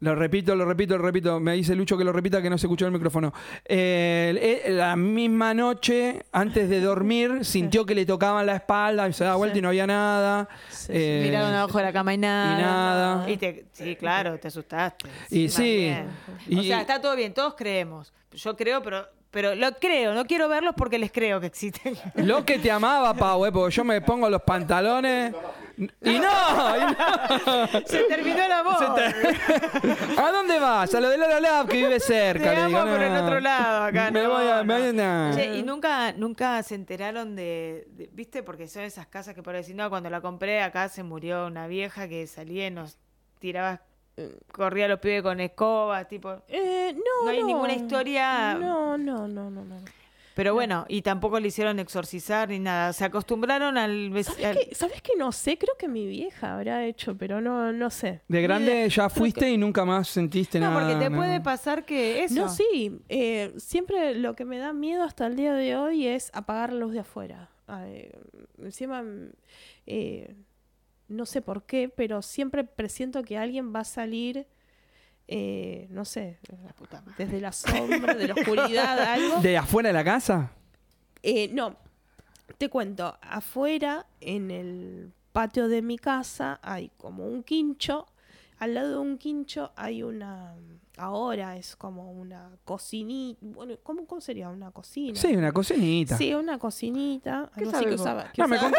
Speaker 1: Lo repito, lo repito, lo repito. Me dice Lucho que lo repita, que no se escuchó en el micrófono. Eh, eh, la misma noche, antes de dormir, sintió que le tocaban la espalda, se daba vuelta
Speaker 4: Sí.
Speaker 1: y no había nada.
Speaker 4: Sí, sí.
Speaker 1: Eh,
Speaker 2: Miraron abajo de la cama y nada.
Speaker 1: y nada.
Speaker 2: Y te, sí, claro, te asustaste.
Speaker 1: Y sí.
Speaker 2: también. O
Speaker 1: Y-
Speaker 2: sea, está todo bien, todos creemos. Yo creo, pero, pero lo creo, no quiero verlos porque les creo que existen.
Speaker 1: Lo que te amaba, Pau, eh, porque yo me pongo los pantalones. Y no, y no.
Speaker 2: Se terminó el amor.
Speaker 1: Se te- ¿A dónde vas? A lo de Lola Lab que vive
Speaker 2: Te
Speaker 1: cerca. le
Speaker 2: amo,
Speaker 1: digo,
Speaker 2: pero en
Speaker 1: no.
Speaker 2: otro lado acá.
Speaker 1: Me
Speaker 2: no,
Speaker 1: voy a. me
Speaker 2: no.
Speaker 1: voy a- no.
Speaker 2: Che, y nunca, nunca se enteraron de, de- ¿Viste? Porque son esas casas que por decir, no, cuando la compré acá se murió una vieja que salía y nos tiraba, corría a los pibes con escobas, tipo.
Speaker 4: Eh, no,
Speaker 2: No hay ninguna historia-
Speaker 4: No, no, no, no. no.
Speaker 2: Pero bueno, y tampoco le hicieron exorcizar ni nada. Se acostumbraron al
Speaker 4: ¿Sabes,
Speaker 2: vecino.
Speaker 4: qué? ¿Sabes qué? No sé, creo que mi vieja habrá hecho, pero no, no sé.
Speaker 1: De grande ya
Speaker 4: Creo
Speaker 1: fuiste y nunca más sentiste
Speaker 2: No,
Speaker 1: nada.
Speaker 2: porque te
Speaker 1: ¿no?
Speaker 2: puede pasar que eso.
Speaker 4: No, sí. eh, siempre lo que me da miedo hasta el día de hoy es apagar la luz de afuera. Ay, encima, mm, eh, no sé por qué, pero siempre presiento que alguien va a salir, eh, no sé, desde la sombra, de la oscuridad, algo.
Speaker 1: ¿De afuera de la casa?
Speaker 4: Eh, no, te cuento, afuera, en el patio de mi casa, hay como un quincho. Al lado de un quincho hay una. Ahora es como una cocinita. Bueno, ¿cómo, cómo sería? ¿Una cocina?
Speaker 1: Sí, una cocinita.
Speaker 4: Sí, una cocinita.
Speaker 2: ¿Qué
Speaker 4: algo así que
Speaker 2: sabemos?
Speaker 4: usaba, que
Speaker 1: No, me
Speaker 4: usaba-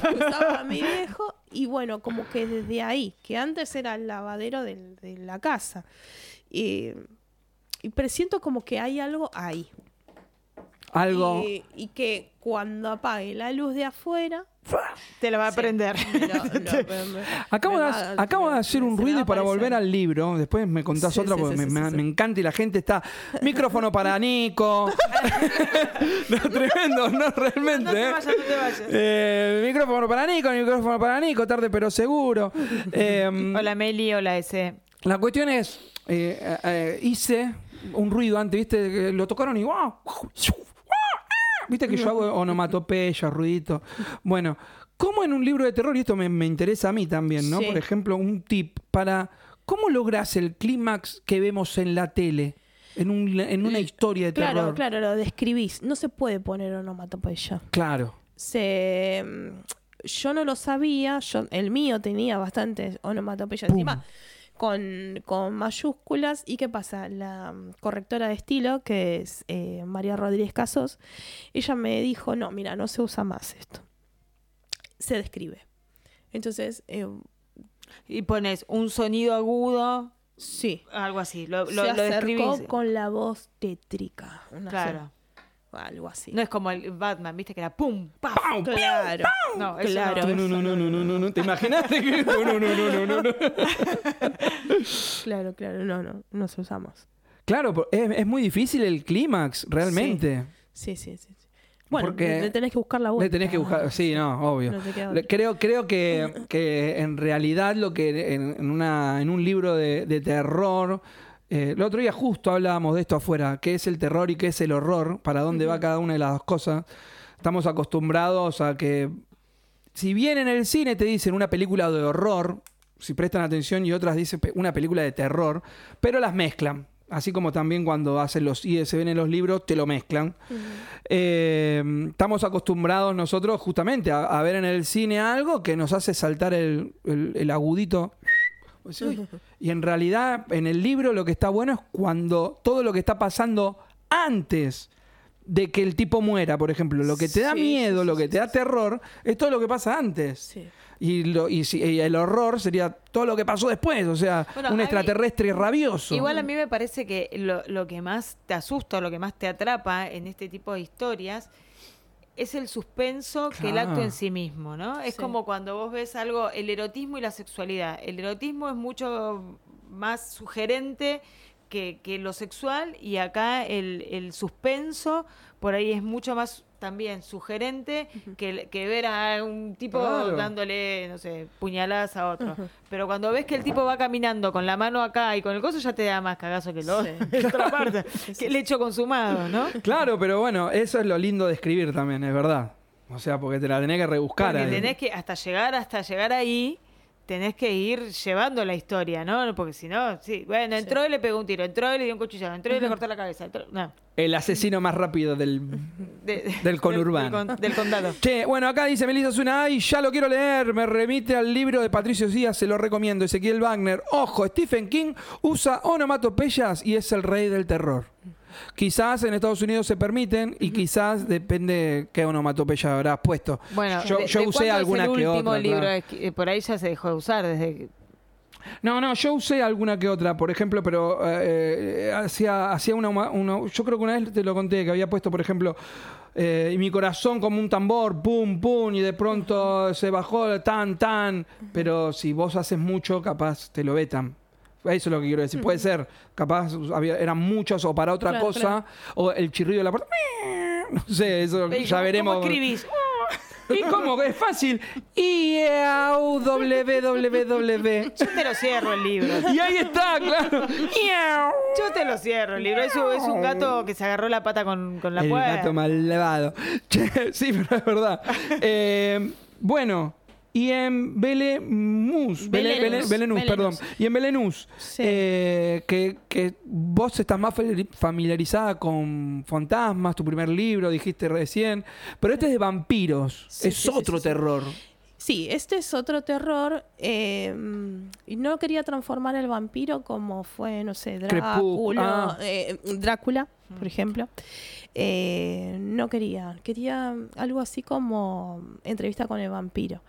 Speaker 1: contó
Speaker 4: que usaba mi viejo. Y bueno, como que desde ahí, que antes era el lavadero del- de la casa. Y, y presiento como que hay algo ahí.
Speaker 1: Algo.
Speaker 4: Y, Eh, y que cuando apague la luz de afuera.
Speaker 2: Te la va a
Speaker 4: Sí.
Speaker 2: prender.
Speaker 4: No, no, me- me-
Speaker 1: Acabo,
Speaker 4: me
Speaker 1: de,
Speaker 4: va-
Speaker 1: acabo de hacer
Speaker 4: me-
Speaker 1: un
Speaker 4: se me
Speaker 1: ruido
Speaker 4: va
Speaker 1: y para
Speaker 4: a aparecer.
Speaker 1: volver al libro, después me contás
Speaker 4: Sí,
Speaker 1: otra
Speaker 4: sí,
Speaker 1: porque
Speaker 4: sí,
Speaker 1: me,
Speaker 4: sí,
Speaker 1: me-
Speaker 4: sí.
Speaker 1: me encanta y la gente está. Micrófono para Nico. No, tremendo, no realmente.
Speaker 2: No te
Speaker 1: ¿eh?
Speaker 2: vayas, no te vayas.
Speaker 1: Eh, micrófono para Nico, micrófono para Nico, tarde pero seguro. Eh,
Speaker 2: Hola Meli, hola ese.
Speaker 1: la cuestión es, eh, eh, eh, hice un ruido antes, ¿viste? Que Lo tocaron y ¡guau! Viste que yo hago onomatopeya, ruidito. Bueno, ¿cómo en un libro de terror, y esto me, me interesa a mí también, ¿no?
Speaker 4: Sí.
Speaker 1: Por ejemplo, un tip para. ¿Cómo lográs el clímax que vemos en la tele? En, un- en una historia de
Speaker 4: Claro,
Speaker 1: terror.
Speaker 4: claro, lo describís. No se puede poner onomatopeya.
Speaker 1: Claro.
Speaker 4: Se, mm, yo no lo sabía, yo, el mío tenía bastantes onomatopeya
Speaker 1: Pum.
Speaker 4: encima. Con, con mayúsculas. ¿Y qué pasa? La mm, correctora de estilo, que es eh, María Rodríguez Casos, ella me dijo, no, mira, no se usa más esto. Se describe. Entonces, eh,
Speaker 2: Y pones un sonido agudo,
Speaker 4: sí.
Speaker 2: algo así. Lo, lo,
Speaker 4: se
Speaker 2: lo
Speaker 4: acercó
Speaker 2: describís.
Speaker 4: con la voz tétrica. una
Speaker 2: Claro.
Speaker 4: se- Algo así.
Speaker 2: No es como el Batman, viste que era pum, pa.
Speaker 4: claro.
Speaker 2: No, eso
Speaker 4: claro.
Speaker 2: no.
Speaker 1: No, no, no, no, no, no, no. ¿Te imaginaste que.? No, no, no, no, no, no.
Speaker 4: Claro, claro, no, no, nos usamos.
Speaker 1: Claro, por- es, es muy difícil el clímax, realmente.
Speaker 4: Sí, sí, sí. sí. Bueno,
Speaker 1: Porque
Speaker 4: le, le tenés que buscar la vuelta.
Speaker 1: Le tenés que buscar, sí, no, obvio.
Speaker 4: No te queda
Speaker 1: Le-
Speaker 4: otra.
Speaker 1: creo creo que, que en realidad lo que en, en una, en un libro de, de terror, eh, el otro día justo hablábamos de esto afuera, qué es el terror y qué es el horror, para dónde va cada una de las dos cosas. Estamos acostumbrados a que, si bien en el cine te dicen una película de horror, si prestan atención y otras dicen pe- una película de terror, pero las mezclan. Así como también cuando hacen los ISBN en los libros, te lo mezclan. Eh, estamos acostumbrados nosotros justamente a, a ver en el cine algo que nos hace saltar el, el- el agudito. O sea, uy. Y en realidad en el libro lo que está bueno es cuando todo lo que está pasando antes de que el tipo muera, por ejemplo. Lo que te da
Speaker 4: Sí,
Speaker 1: miedo,
Speaker 4: sí,
Speaker 1: lo
Speaker 4: sí,
Speaker 1: que te da terror, es todo lo que pasa antes.
Speaker 4: Sí.
Speaker 1: Y, lo- y si- y el horror sería todo lo que pasó después, o sea,
Speaker 2: Bueno,
Speaker 1: un
Speaker 2: hay-
Speaker 1: extraterrestre rabioso.
Speaker 2: Igual a mí me parece que lo, lo que más te asusta, lo que más te atrapa en este tipo de historias es el suspenso que el acto
Speaker 1: Claro.
Speaker 2: en sí mismo, ¿no? Es
Speaker 4: Sí.
Speaker 2: como cuando vos ves algo, el erotismo y la sexualidad. El erotismo es mucho más sugerente que, que lo sexual y acá el, el suspenso por ahí es mucho más también sugerente que, el- que ver a un tipo
Speaker 1: Claro.
Speaker 2: dándole, no sé, puñaladas a otro. Pero cuando ves que el tipo va caminando con la mano acá y con el coso ya te da más cagazo que lo que la otra parte, que el hecho consumado, ¿no?
Speaker 1: Claro, pero bueno, eso es lo lindo de escribir también, es verdad. O sea, porque te la tenés que rebuscar.
Speaker 2: Porque
Speaker 1: ahí.
Speaker 2: tenés que, hasta llegar, hasta llegar ahí, tenés que ir llevando la historia, ¿no? Porque si no, sí, bueno, entró y le pegó un tiro, entró y le dio un cuchillado, entró y le cortó la cabeza, entró- no.
Speaker 1: El asesino más rápido del...
Speaker 2: De- de-
Speaker 1: Del conurbano.
Speaker 2: Del, con- del condado.
Speaker 1: Che, bueno, acá dice Melissa Zuna, ay, ya lo quiero leer, me remite al libro de Patricio Díaz, se lo recomiendo, Ezequiel Wagner. Ojo, Stephen King usa onomatopeyas y es el rey del terror. Quizás en Estados Unidos se permiten y quizás depende qué onomatopeya habrás puesto.
Speaker 2: Bueno,
Speaker 1: yo,
Speaker 2: ¿de-
Speaker 1: yo
Speaker 2: de
Speaker 1: usé
Speaker 2: cuándo es
Speaker 1: alguna
Speaker 2: el
Speaker 1: que
Speaker 2: último
Speaker 1: otra.
Speaker 2: libro
Speaker 1: claro.
Speaker 2: de Ki- eh, por ahí ya se dejó de usar desde que-
Speaker 1: No, no, yo usé alguna que otra, por ejemplo, pero eh, eh, hacía, hacía una, una- Yo creo que una vez te lo conté, que había puesto, por ejemplo, eh, y mi corazón como un tambor, pum, pum, y de pronto se bajó, tan, tan. Pero si vos haces mucho, capaz te lo vetan. Eso es lo que quiero decir. Puede ser, capaz había- eran muchos o para otra
Speaker 4: Claro,
Speaker 1: cosa, o el chirrido de la puerta. No sé, eso
Speaker 2: Ey,
Speaker 1: ya
Speaker 2: ¿cómo-
Speaker 1: veremos.
Speaker 2: ¿Cómo escribís? ¡Oh!
Speaker 1: ¿Y cómo? Es fácil. E I-A-U-W-W-W.
Speaker 2: Yo te lo cierro el libro.
Speaker 1: Y ahí está, claro. Miau.
Speaker 2: Yo te lo cierro el libro. Es un, es un gato que se agarró la pata con, con la
Speaker 1: El
Speaker 2: puerta.
Speaker 1: gato malvado. Che, sí, pero es verdad. Eh, bueno, y en Belenús, Bele- Bele-
Speaker 4: Belenús.
Speaker 1: Belenús, perdón.
Speaker 4: Belenús.
Speaker 1: Y en Belenús,
Speaker 4: Sí.
Speaker 1: eh, que, que vos estás más fali- familiarizada con fantasmas, tu primer libro, dijiste recién, pero este es de vampiros,
Speaker 4: Sí,
Speaker 1: es
Speaker 4: sí, sí,
Speaker 1: otro
Speaker 4: sí, sí.
Speaker 1: terror.
Speaker 4: Sí, este es otro terror. eh, y no quería transformar el vampiro como fue, no sé,
Speaker 1: Crepúsculo,
Speaker 4: Drácula,
Speaker 1: ah.
Speaker 4: eh, Drácula por ejemplo. Eh, no quería. Quería algo así como entrevista con el vampiro.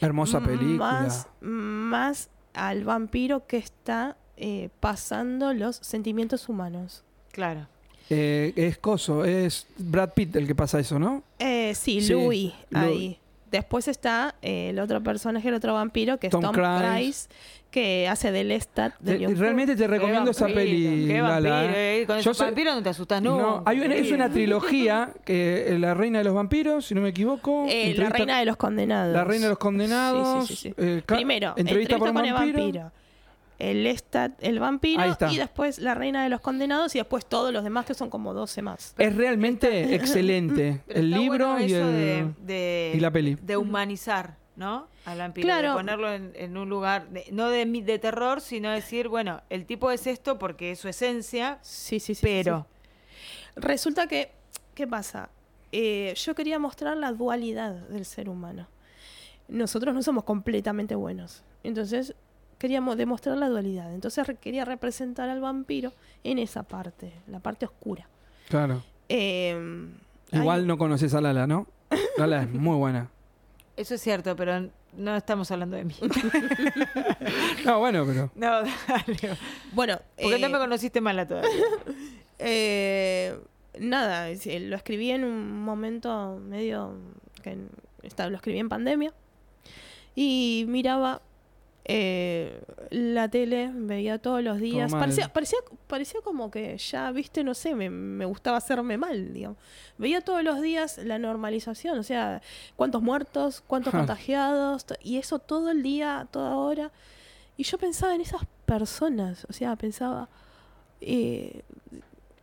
Speaker 1: Hermosa película.
Speaker 4: Más, más al vampiro que está eh, pasando los sentimientos humanos.
Speaker 2: Claro.
Speaker 1: Eh, es Coso, es Brad Pitt el que pasa eso, ¿no?
Speaker 4: Eh, sí,
Speaker 1: Sí,
Speaker 4: Louis,
Speaker 1: Louis.
Speaker 4: ahí. Después está eh, el otro personaje, el otro vampiro, que es
Speaker 1: Tom
Speaker 4: Tom,
Speaker 1: Cruise.
Speaker 4: Cruise, que hace de Lestat de
Speaker 1: Te-
Speaker 4: Leon Fu.
Speaker 1: realmente te recomiendo esa peli.
Speaker 2: Qué
Speaker 1: Lala,
Speaker 2: vampiro.
Speaker 1: ¿eh?
Speaker 2: eh. Con
Speaker 1: Yo
Speaker 2: esos
Speaker 1: sé-
Speaker 2: vampiros no te asustas
Speaker 1: No,
Speaker 2: nunca.
Speaker 1: hay una- es
Speaker 2: querido.
Speaker 1: una trilogía, que eh, La Reina de los Vampiros, si no me equivoco.
Speaker 4: Eh, la
Speaker 1: entrevista-
Speaker 4: reina de los condenados.
Speaker 1: La Reina de los Condenados,
Speaker 4: Sí, sí, sí, sí.
Speaker 1: eh, ca-
Speaker 4: Primero,
Speaker 1: Entrevista
Speaker 4: entrevista,
Speaker 1: por un
Speaker 4: con el
Speaker 1: vampiro.
Speaker 4: vampiro. el Lestat, el vampiro,
Speaker 1: Ahí está.
Speaker 4: y después la reina de los condenados, y después todos los demás que son como 12 más.
Speaker 1: Es realmente excelente
Speaker 2: Pero
Speaker 1: el
Speaker 2: está
Speaker 1: libro
Speaker 2: bueno
Speaker 1: y,
Speaker 2: eso
Speaker 1: el-
Speaker 2: de, de-
Speaker 1: y la peli.
Speaker 2: De humanizar, ¿no? Al vampiro.
Speaker 4: Claro.
Speaker 2: De ponerlo en, en un lugar, de- no de, mi- de terror, sino decir, bueno, el tipo es esto porque es su esencia,
Speaker 4: Sí, sí, sí.
Speaker 2: pero.
Speaker 4: Resulta que, ¿qué pasa? Eh, yo quería mostrar la dualidad del ser humano. Nosotros no somos completamente buenos. Entonces, queríamos demostrar la dualidad. Entonces, re- quería representar al vampiro en esa parte, la parte oscura.
Speaker 1: Claro.
Speaker 4: Eh,
Speaker 1: Igual
Speaker 4: hay-
Speaker 1: no conoces a Lala, ¿no? Lala es muy buena.
Speaker 2: Eso es cierto, pero no estamos hablando de mí.
Speaker 1: No, bueno, pero.
Speaker 2: No, dale.
Speaker 4: Bueno,
Speaker 2: Porque
Speaker 4: eh,
Speaker 2: no me conociste mala todavía.
Speaker 4: Eh, nada, es- eh, lo escribí en un momento medio que en- está- lo escribí en pandemia y miraba eh, la tele, veía todos los días.
Speaker 1: mal.
Speaker 4: Parecía, parecía, parecía como que ya, viste, no sé, me, me gustaba hacerme mal, digamos. Veía todos los días la normalización, o sea, cuántos muertos, cuántos
Speaker 1: Ja.
Speaker 4: contagiados, to- y eso todo el día, toda hora. Y yo pensaba en esas personas, o sea, pensaba, eh,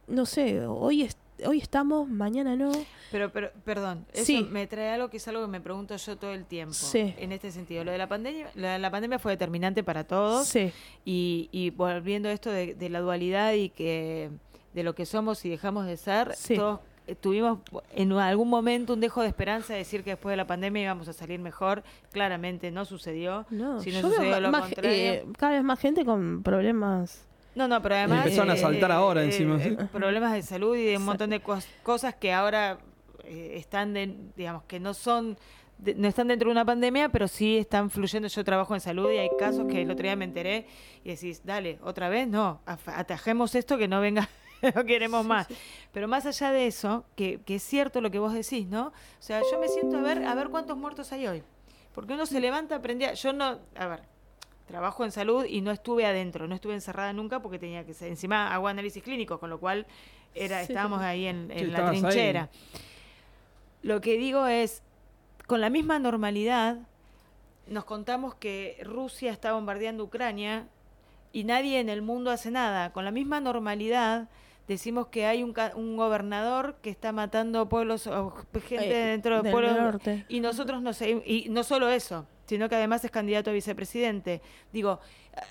Speaker 4: no sé, hoy, es- hoy estamos, mañana no.
Speaker 2: Pero, pero, perdón, eso
Speaker 4: Sí.
Speaker 2: me trae algo que es algo que me pregunto yo todo el tiempo.
Speaker 4: Sí.
Speaker 2: En este sentido, lo de la pandemia, la, la pandemia fue determinante para todos.
Speaker 4: Sí,
Speaker 2: Y, y volviendo a esto de, de la dualidad y que de lo que somos y dejamos de ser,
Speaker 4: Sí.
Speaker 2: todos eh, tuvimos en algún momento un dejo de esperanza de decir que después de la pandemia íbamos a salir mejor. Claramente no sucedió.
Speaker 4: no.
Speaker 2: si no
Speaker 4: yo veo
Speaker 2: sucedió
Speaker 4: ma-
Speaker 2: lo
Speaker 4: más-
Speaker 2: contrario.
Speaker 4: eh, cada vez más gente con problemas.
Speaker 2: No, no, pero además. eh,
Speaker 1: empezaron a saltar ahora encima, ¿sí?
Speaker 2: problemas de salud y de un montón de cos- cosas que ahora eh, están, de, digamos, que no son. de- no están dentro de una pandemia, pero sí están fluyendo. Yo trabajo en salud y hay casos que el otro día me enteré y decís, dale, otra vez, no, af- atajemos esto que no venga, no queremos más. Pero más allá de eso, que, que es cierto lo que vos decís, ¿no? O sea, yo me siento a ver, a ver cuántos muertos hay hoy. Porque uno se levanta, aprendía. Yo no, a ver, trabajo en salud y no estuve adentro, no estuve encerrada nunca porque tenía que ser. Encima hago análisis clínicos, con lo cual era,
Speaker 4: Sí.
Speaker 2: estábamos ahí en, en
Speaker 1: Sí,
Speaker 2: la
Speaker 1: estabas ahí.
Speaker 2: trinchera. Lo que digo es, con la misma normalidad, nos contamos que Rusia está bombardeando Ucrania y nadie en el mundo hace nada. Con la misma normalidad decimos que hay un, ca- un gobernador que está matando pueblos, o gente
Speaker 4: Eh,
Speaker 2: dentro de
Speaker 4: del
Speaker 2: pueblos
Speaker 4: norte.
Speaker 2: y nosotros no sé, y no solo eso, sino que además es candidato a vicepresidente. Digo,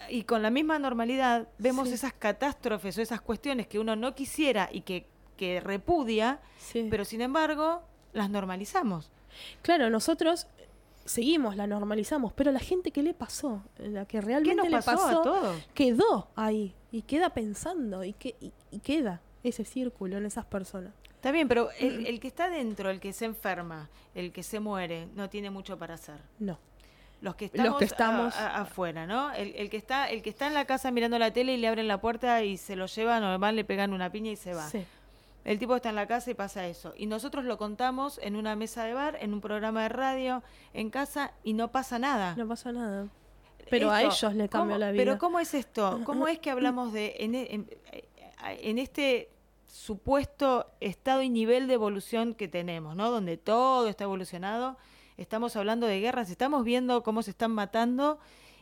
Speaker 2: y con la misma normalidad vemos
Speaker 4: Sí.
Speaker 2: esas catástrofes o esas cuestiones que uno no quisiera y que, que repudia,
Speaker 4: Sí.
Speaker 2: pero sin embargo las normalizamos.
Speaker 4: Claro, nosotros seguimos, la normalizamos, pero la gente que le pasó, la que
Speaker 2: ¿Qué
Speaker 4: realmente
Speaker 2: nos pasó,
Speaker 4: le pasó,
Speaker 2: a todos?
Speaker 4: quedó ahí y queda pensando y, que, y, y queda ese círculo en esas personas.
Speaker 2: Está bien, pero
Speaker 4: Mm.
Speaker 2: el, el que está dentro, el que se enferma, el que se muere, no tiene mucho para hacer.
Speaker 4: No.
Speaker 2: Los que
Speaker 4: Los
Speaker 2: estamos,
Speaker 4: que estamos-
Speaker 2: a- a- afuera, ¿no? El, el que está, el que está en la casa mirando la tele y le abren la puerta y se lo llevan, o van, le pegan una piña y se va.
Speaker 4: Sí.
Speaker 2: El tipo está en la casa y pasa eso. Y nosotros lo contamos en una mesa de bar, en un programa de radio, en casa, y no pasa nada.
Speaker 4: No pasó nada. Pero a
Speaker 2: Ah. Esto,
Speaker 4: ellos le cambió
Speaker 2: ¿cómo-
Speaker 4: la vida.
Speaker 2: Pero ¿cómo es esto? ¿Cómo es que hablamos de, en, e- en- en este supuesto estado y nivel de evolución que tenemos, ¿no? Donde todo está evolucionado, estamos hablando de guerras, estamos viendo cómo se están matando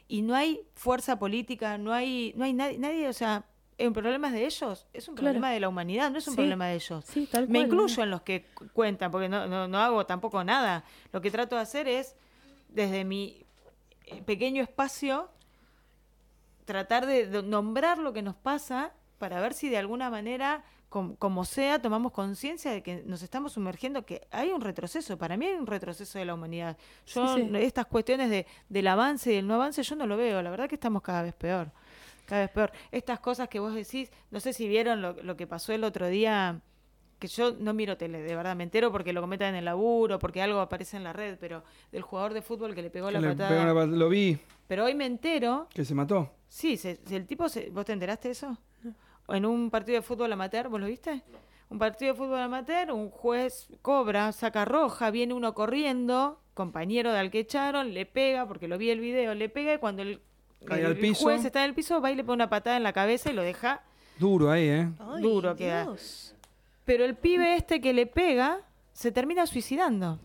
Speaker 2: y no hay fuerza política, no hay, no hay nadie, nadie, o sea, el problema es de ellos, es un
Speaker 4: Claro.
Speaker 2: problema de la humanidad, no es un
Speaker 4: Sí.
Speaker 2: problema de ellos.
Speaker 4: Sí, tal
Speaker 2: Me
Speaker 4: cual,
Speaker 2: incluyo en los que cu- cuentan, porque no, no, no hago tampoco nada. Lo que trato de hacer es, desde mi eh, pequeño espacio, tratar de de nombrar lo que nos pasa para ver si de alguna manera, com- como sea, tomamos conciencia de que nos estamos sumergiendo, que hay un retroceso. Para mí hay un retroceso de la humanidad. Yo
Speaker 4: Sí, sí.
Speaker 2: no- estas cuestiones de, del avance y del no avance, yo no lo veo. La verdad que estamos cada vez peor. Cada vez peor. Estas cosas que vos decís, no sé si vieron lo, lo que pasó el otro día, que yo no miro tele, de verdad, me entero porque lo comentan en el laburo, porque algo aparece en la red, pero del jugador de fútbol que le pegó
Speaker 1: Que
Speaker 2: la
Speaker 1: le
Speaker 2: patada.
Speaker 1: pegó una pat- Lo vi,
Speaker 2: Pero hoy me entero
Speaker 1: que se mató.
Speaker 2: Sí, se- se- el tipo, se- ¿vos te enteraste de eso? O En un partido de fútbol amateur, ¿vos lo viste? Un partido de fútbol amateur, un juez cobra, saca roja, viene uno corriendo, compañero de al que echaron, le pega, porque lo vi el video, le pega y cuando el,
Speaker 1: Cae
Speaker 2: el
Speaker 1: al piso.
Speaker 2: juez está en el piso, va y le pone una patada en la cabeza y lo deja.
Speaker 1: Duro ahí, ¿eh?
Speaker 4: Ay,
Speaker 2: Duro queda.
Speaker 4: Dios.
Speaker 2: Pero el pibe este que le pega se termina suicidando.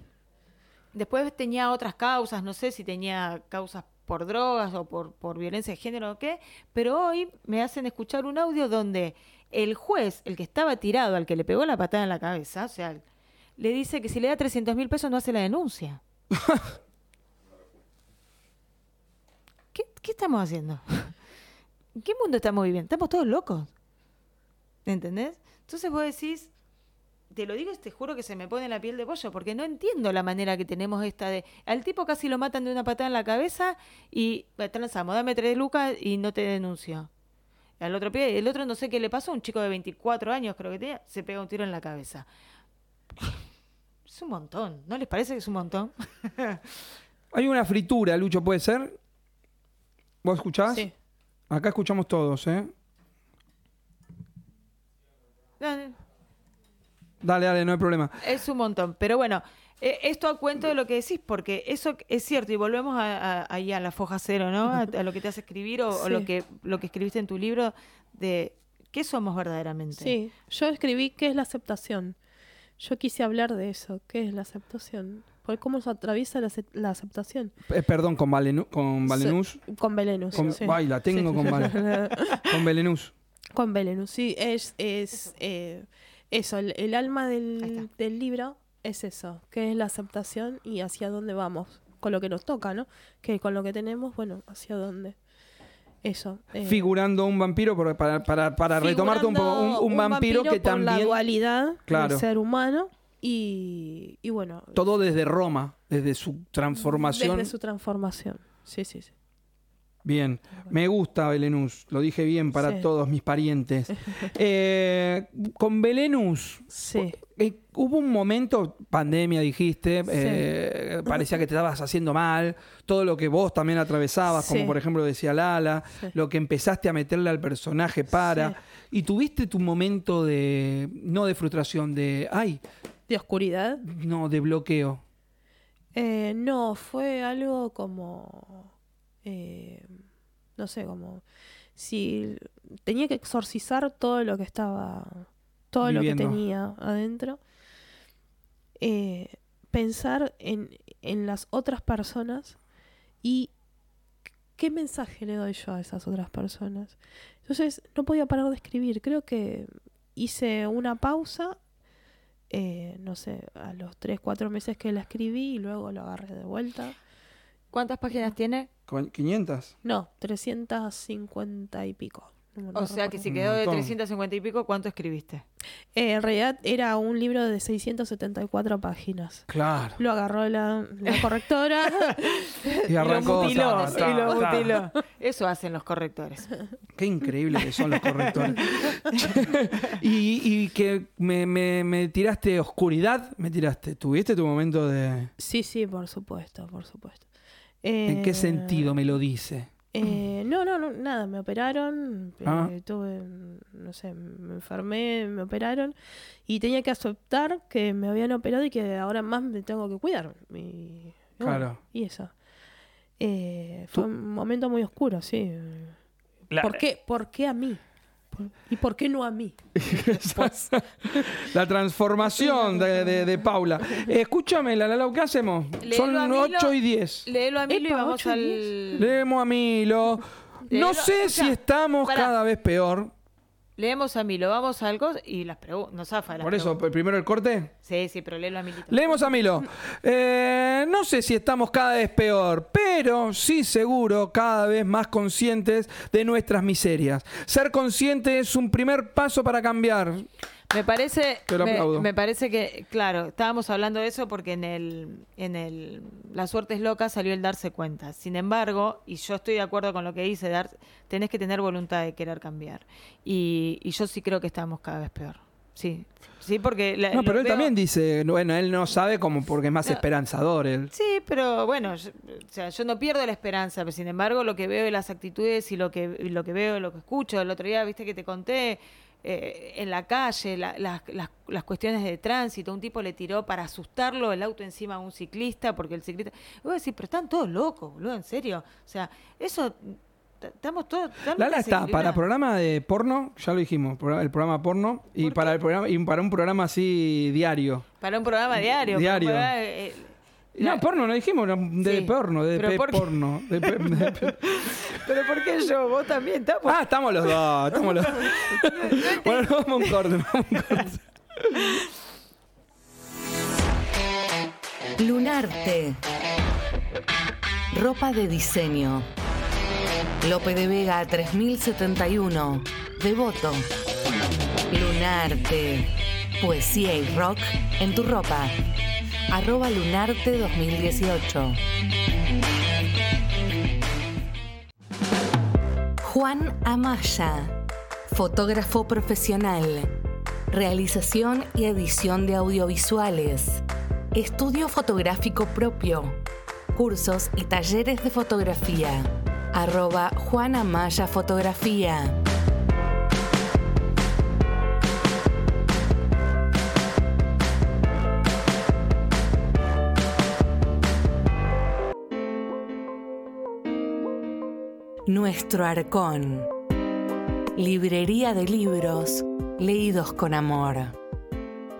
Speaker 2: Después tenía otras causas, no sé si tenía causas por drogas o por, por violencia de género o qué, pero hoy me hacen escuchar un audio donde el juez, el que estaba tirado, al que le pegó la patada en la cabeza, o sea, le dice que si le da 300 mil pesos no hace la denuncia. ¿Qué, qué estamos haciendo? ¿En qué mundo estamos viviendo? Estamos todos locos. ¿Entendés? Entonces vos decís, te lo digo y te juro que se me pone la piel de pollo, porque no entiendo la manera que tenemos esta de... Al tipo casi lo matan de una patada en la cabeza y "Bueno, transamos, dame tres lucas y no te denuncio. Al otro pie, el otro no sé qué le pasó, un chico de 24 años creo que tenía, se pega un tiro en la cabeza. Es un montón, ¿no les parece que es un montón?
Speaker 1: Hay una fritura, Lucho, ¿puede ser? ¿Vos escuchás?
Speaker 4: Sí.
Speaker 1: Acá escuchamos todos, ¿eh?
Speaker 2: No, no.
Speaker 1: Dale, dale, no hay problema.
Speaker 2: Es un montón. Pero bueno, eh, esto a cuento de lo que decís, porque eso es cierto, y volvemos a, a- ahí a la foja cero, ¿no? A, a lo que te hace escribir o, o
Speaker 4: Sí.
Speaker 2: lo, que, lo que escribiste en tu libro de qué somos verdaderamente.
Speaker 4: Sí, yo escribí qué es la aceptación. Yo quise hablar de eso, qué es la aceptación. Por cómo se atraviesa la, ace- la aceptación.
Speaker 1: Eh, perdón, con, Valenu- con Valenus.
Speaker 4: Sí, Con Belenus.
Speaker 1: Con-
Speaker 4: sí.
Speaker 1: Ay, la tengo con Val- con Belenus.
Speaker 4: Con Belenus, sí. Es, es eh, eso, el, el alma
Speaker 2: Ahí
Speaker 4: del,
Speaker 2: está.
Speaker 4: del libro es eso, qué es la aceptación y hacia dónde vamos. Con lo que nos toca, ¿no? Que con lo que tenemos, bueno, hacia dónde. Eso. eh,
Speaker 1: Figurando un vampiro, por- para, para, para retomarte un poco, un,
Speaker 4: figurando
Speaker 1: un vampiro, que
Speaker 4: por la
Speaker 1: también...
Speaker 4: dualidad
Speaker 1: Claro.
Speaker 4: del ser humano y, y bueno
Speaker 1: Todo desde Roma, desde su transformación.
Speaker 4: desde su transformación sí sí sí
Speaker 1: Bien, me gusta Belenus, lo dije bien para
Speaker 4: Sí.
Speaker 1: todos mis parientes. Eh, con Belenus,
Speaker 4: sí
Speaker 1: eh, hubo un momento, pandemia dijiste,
Speaker 4: Sí.
Speaker 1: eh, parecía que te estabas haciendo mal, todo lo que vos también atravesabas, como
Speaker 4: Sí.
Speaker 1: por ejemplo decía Lala,
Speaker 4: Sí.
Speaker 1: lo que empezaste a meterle al personaje para,
Speaker 4: Sí.
Speaker 1: y tuviste tu momento de, no de frustración, de, ay,
Speaker 4: de oscuridad
Speaker 1: no, de bloqueo.
Speaker 4: Eh, no fue algo como eh, no sé como si tenía que exorcizar todo lo que estaba todo
Speaker 1: Viviendo.
Speaker 4: lo que tenía adentro Eh, pensar en, en las otras personas y qué mensaje le doy yo a esas otras personas. Entonces no podía parar de escribir. Creo que hice una pausa, eh, no sé, a los 3, 4 meses que la escribí y luego lo agarré de vuelta.
Speaker 2: ¿Cuántas páginas tiene?
Speaker 1: Con 500.
Speaker 4: No, 350 y pico. No- no
Speaker 2: O sea que
Speaker 4: recuerdo.
Speaker 2: si
Speaker 1: Un
Speaker 2: quedó de
Speaker 1: montón.
Speaker 2: 350 y pico, ¿cuánto escribiste?
Speaker 4: Eh, en realidad era un libro de 674 páginas.
Speaker 1: Claro.
Speaker 4: Lo agarró la, la correctora.
Speaker 1: Y arrancó.
Speaker 2: y lo
Speaker 1: ta,
Speaker 2: mutiló.
Speaker 1: ta,
Speaker 2: y lo
Speaker 1: ta.
Speaker 2: mutiló. Eso hacen los correctores.
Speaker 1: Qué increíble que son los correctores. y, y que me, me- me tiraste oscuridad, me tiraste. ¿Tuviste tu momento de...
Speaker 4: sí, sí, por supuesto, por supuesto.
Speaker 1: ¿En
Speaker 4: Eh,
Speaker 1: qué sentido me lo dice?
Speaker 4: Eh, no, no, no, nada, me operaron, eh,
Speaker 1: Ah.
Speaker 4: tuve, no sé, me enfermé, me operaron y tenía que aceptar que me habían operado y que ahora más me tengo que cuidar. Y, y bueno,
Speaker 1: Claro.
Speaker 4: y eso. Eh, fue un momento muy oscuro, sí. ¿Por, qué, ¿Por qué a mí? Por- ¿Y por qué no a mí?
Speaker 1: La transformación de, de- de Paula. Eh, Escúchame, la, la, la, ¿qué hacemos?
Speaker 2: Léelo
Speaker 1: Son
Speaker 2: a Milo.
Speaker 1: 8 y 10.
Speaker 2: Léelo a mí y
Speaker 4: Epa,
Speaker 2: vamos
Speaker 4: ocho y
Speaker 2: al...
Speaker 1: Leemos a Milo. No
Speaker 2: Léelo.
Speaker 1: sé
Speaker 2: Escuchá,
Speaker 1: si estamos
Speaker 2: pará.
Speaker 1: cada vez peor.
Speaker 2: Leemos a Milo, vamos al algo y las preguntas. Nos zafa las
Speaker 1: Por eso,
Speaker 2: preguntas.
Speaker 1: primero el corte.
Speaker 2: Sí, sí, pero léelo a Milito.
Speaker 1: Leemos a Milo. Eh, no sé si estamos cada vez peor, pero sí seguro cada vez más conscientes de nuestras miserias. Ser consciente es un primer paso para cambiar.
Speaker 2: Me parece,
Speaker 1: Te lo
Speaker 2: me,
Speaker 1: aplaudo.
Speaker 2: me parece que, claro, estábamos hablando de eso porque en el, en el La suerte es loca salió el darse cuenta. Sin embargo, y yo estoy de acuerdo con lo que dice, dar, tenés que tener voluntad de querer cambiar. Y, y yo sí creo que estamos cada vez peor. Sí, sí, porque... la-
Speaker 1: No,
Speaker 2: lo
Speaker 1: pero él
Speaker 2: veo-
Speaker 1: también dice, bueno, él no sabe como porque es más
Speaker 2: No.
Speaker 1: esperanzador. Él.
Speaker 2: Sí, pero bueno, yo, o sea, yo no pierdo la esperanza, pero sin embargo lo que veo de las actitudes y lo que, y lo que veo, lo que escucho, el otro día, viste que te conté, eh, en la calle, la- las, las- las cuestiones de tránsito, un tipo le tiró para asustarlo el auto encima a un ciclista, porque el ciclista... Y vos decís, pero están todos locos, boludo, en serio. O sea, eso... t- Estamos todos... totalmente
Speaker 1: Lala está para
Speaker 2: desequilibrados.
Speaker 1: programa de porno, ya lo dijimos, pro- el programa porno, y
Speaker 2: ¿Por
Speaker 1: para, el programa, y para un programa así diario.
Speaker 2: Para un programa diario. para un
Speaker 1: Diario.
Speaker 2: programa, eh,
Speaker 1: Y No, porno, no dijimos, no, de
Speaker 2: Sí.
Speaker 1: porno, de
Speaker 2: Pero
Speaker 1: pe-
Speaker 2: ¿por qué?
Speaker 1: porno. de pe- de pe-
Speaker 2: Pero ¿por qué yo? Vos también, ¿tá?
Speaker 1: Ah, estamos los dos, estamos los dos. Bueno, vamos a un corte, vamos a un corte.
Speaker 3: Lunarte. Ropa de diseño. Lope de Vega 3071. Devoto. Lunarte. Poesía y rock en tu ropa. Arroba Lunarte 2018. Juan Amaya. Fotógrafo profesional. Realización y edición de audiovisuales. Estudio fotográfico propio. Cursos y talleres de fotografía. Arroba Juan Amaya Fotografía. Nuestro Arcón. Librería de libros leídos con amor.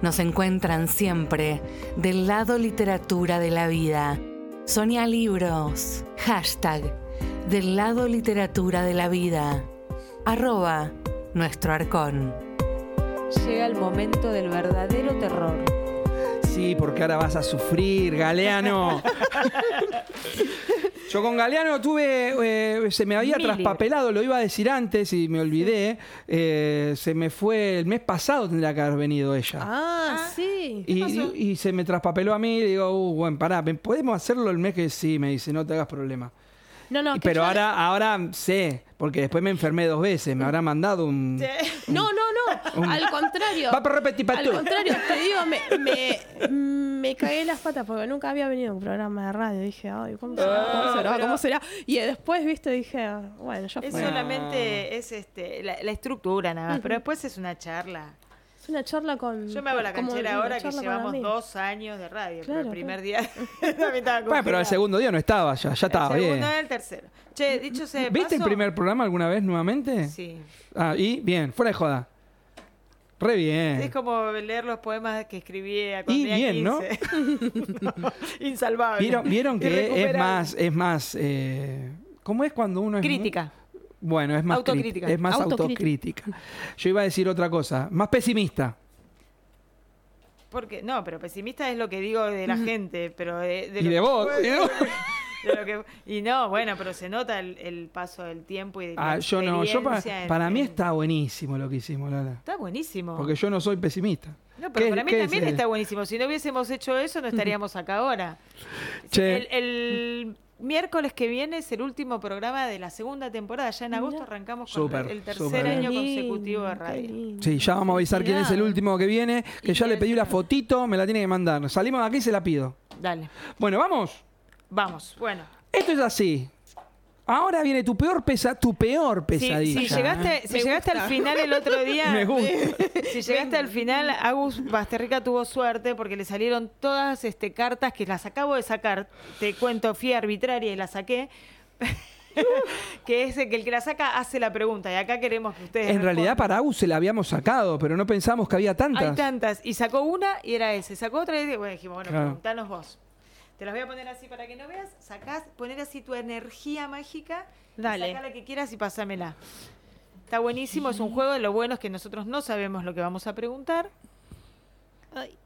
Speaker 3: Nos encuentran siempre del lado literatura de la vida. Sonia Libros, hashtag del lado literatura de la vida, arroba nuestro arcón.
Speaker 2: Llega el momento del verdadero terror.
Speaker 1: Sí, porque ahora vas a sufrir, Galeano. Yo con Galeano tuve, eh, se me había
Speaker 2: Mil
Speaker 1: traspapelado, lo iba a decir antes y me olvidé. Eh, se me fue, el mes pasado tendría que haber venido ella.
Speaker 4: Ah, sí.
Speaker 1: Y, y se me traspapeló a mí y digo, uh, bueno, pará, ¿me- ¿podemos hacerlo el mes que sí? Me dice, no te hagas problema.
Speaker 4: No, no,
Speaker 1: Y-
Speaker 4: que
Speaker 1: Pero
Speaker 4: yo-
Speaker 1: ahora, ahora sé, porque después me enfermé dos veces, me habrá mandado un...
Speaker 4: No, no, no. Al contrario.
Speaker 1: Va por repetir pa' tú.
Speaker 4: Al contrario, te digo, me, me, me cagué las patas porque nunca había venido a un programa de radio. Dije, ay, ¿cómo será? ¿Cómo será?
Speaker 2: pero-
Speaker 4: ¿Cómo será? Y después, viste, dije, ah, bueno, ya fue.
Speaker 2: Es
Speaker 1: Bueno.
Speaker 2: solamente es este, la, la estructura nada más, pero después es una charla.
Speaker 4: Es una charla con.
Speaker 2: Yo me hago la
Speaker 4: como
Speaker 2: canchera
Speaker 4: una
Speaker 2: ahora que
Speaker 4: charla con
Speaker 2: llevamos
Speaker 4: amigos.
Speaker 2: dos años de radio, pero el
Speaker 4: Claro,
Speaker 2: primer día también estaba
Speaker 1: Bueno, pero
Speaker 2: congelada.
Speaker 1: el segundo día no estaba ya, ya estaba
Speaker 2: el
Speaker 1: bien.
Speaker 2: segundo el tercero. Che, dicho sea de
Speaker 1: ¿Viste el
Speaker 2: paso-
Speaker 1: primer programa alguna vez nuevamente?
Speaker 2: Sí.
Speaker 1: Ah, y bien, fuera de joda. Re
Speaker 2: Es
Speaker 1: bien.
Speaker 2: como leer los poemas que escribí a cuando
Speaker 1: Eh. Y
Speaker 2: tenía
Speaker 1: bien, ¿no?
Speaker 2: 15. No, Insalvable.
Speaker 1: Vieron, vieron que es
Speaker 2: Irrecuperable.
Speaker 1: más, es más, eh, ¿cómo es cuando uno es muy-
Speaker 2: Crítica.
Speaker 1: Bueno, es más
Speaker 2: Autocrítica.
Speaker 1: crítica, Es más
Speaker 4: Autocrítica.
Speaker 1: autocrítica. Yo iba a decir otra cosa, más pesimista.
Speaker 2: Porque, no, pero pesimista es lo que digo de la gente, pero de, de
Speaker 1: Y
Speaker 2: lo
Speaker 1: de
Speaker 2: que
Speaker 1: vos. ¿eh?
Speaker 2: fue-
Speaker 1: y de vos.
Speaker 2: de lo que- y no, bueno, pero se nota el, el paso del tiempo y de la
Speaker 1: Ah, yo no, yo pa-
Speaker 2: experiencia en-
Speaker 1: para mí
Speaker 2: en-
Speaker 1: está buenísimo lo que hicimos, Lola.
Speaker 2: Está buenísimo.
Speaker 1: Porque yo no soy pesimista.
Speaker 2: no, pero
Speaker 1: ¿Qué-
Speaker 2: para mí
Speaker 1: qué
Speaker 2: también
Speaker 1: es, eh?
Speaker 2: está buenísimo. Si no hubiésemos hecho eso, no estaríamos acá ahora.
Speaker 1: Che.
Speaker 2: El, el miércoles que viene es el último programa de la segunda temporada. Ya en agosto arrancamos con
Speaker 1: Súper,
Speaker 2: el tercer
Speaker 1: súper.
Speaker 2: año
Speaker 4: Qué lindo,
Speaker 2: consecutivo de
Speaker 4: qué
Speaker 2: radio.
Speaker 4: lindo.
Speaker 1: Sí, ya vamos a avisar quién es el
Speaker 4: Felicidades.
Speaker 1: último que viene, que
Speaker 2: Y
Speaker 1: ya le
Speaker 2: quién
Speaker 1: pedí la fotito, me la tiene que mandar. Salimos de aquí y se la pido.
Speaker 2: Dale,
Speaker 1: Bueno, vamos.
Speaker 2: vamos. Bueno,
Speaker 1: Esto es así. Ahora viene tu peor pesa, tu peor
Speaker 2: si,
Speaker 1: pesadilla.
Speaker 2: si llegaste, si
Speaker 4: Me
Speaker 2: llegaste al
Speaker 4: gusta.
Speaker 2: final el otro día,
Speaker 1: Me gusta.
Speaker 2: si llegaste al final, Agus Basterrica tuvo suerte porque le salieron todas este, cartas que las acabo de sacar. Te cuento, fui arbitraria y las saqué. que es el que el que la saca hace la pregunta y acá queremos que ustedes
Speaker 1: En realidad
Speaker 2: respondan.
Speaker 1: para Agus se la habíamos sacado, pero no pensamos que había
Speaker 2: Hay
Speaker 1: tantas.
Speaker 2: tantas. Y sacó una y era ese. Sacó otra y dije, bueno, dijimos, bueno,
Speaker 1: Claro.
Speaker 2: preguntanos vos. Te las voy a poner así para que no veas. Sacás, poner así tu energía mágica. y
Speaker 4: Dale.
Speaker 2: Sacá la que quieras y pásamela. Está buenísimo, es un juego. Lo bueno es que nosotros no sabemos lo que vamos a preguntar.
Speaker 4: Ay,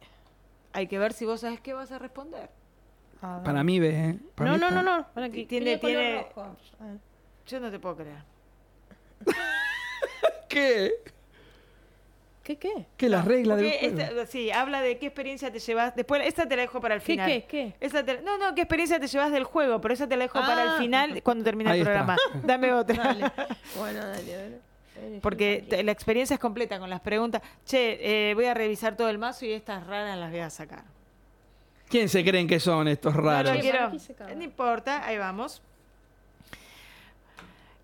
Speaker 2: Hay que ver si vos sabés qué vas a responder.
Speaker 4: a ver.
Speaker 1: Para mí, ves, ¿eh? Para
Speaker 4: No,
Speaker 1: mí
Speaker 4: no,
Speaker 1: está-
Speaker 4: no, no. Para que
Speaker 2: Tiene-
Speaker 4: ah. tiene, color
Speaker 2: tiene-
Speaker 4: rojo. A ver.
Speaker 2: Yo no te puedo creer.
Speaker 1: ¿Qué?
Speaker 4: ¿Qué, qué?
Speaker 1: ¿Qué las reglas del
Speaker 2: Porque este-
Speaker 1: juego?
Speaker 2: esta- sí, habla de qué experiencia te llevas. Después, esta te la dejo para el
Speaker 4: ¿Qué,
Speaker 2: final.
Speaker 4: qué, qué?
Speaker 2: Esa te- no, no, qué experiencia te llevas del juego, pero esa te la dejo para el
Speaker 4: Ah.
Speaker 2: final cuando termine
Speaker 1: Ahí
Speaker 2: el
Speaker 1: está.
Speaker 2: programa. Dame otra.
Speaker 4: Bueno, dale, a ver. Elegí
Speaker 2: Porque
Speaker 4: cualquiera.
Speaker 2: te- la experiencia es completa con las preguntas. Che, eh, voy a revisar todo el mazo y estas raras las voy a sacar.
Speaker 1: ¿Quién se creen que son estos
Speaker 2: No,
Speaker 1: raros?
Speaker 2: no,
Speaker 4: Sí,
Speaker 2: quiero-
Speaker 4: para mí se caga.
Speaker 2: no importa, ahí vamos.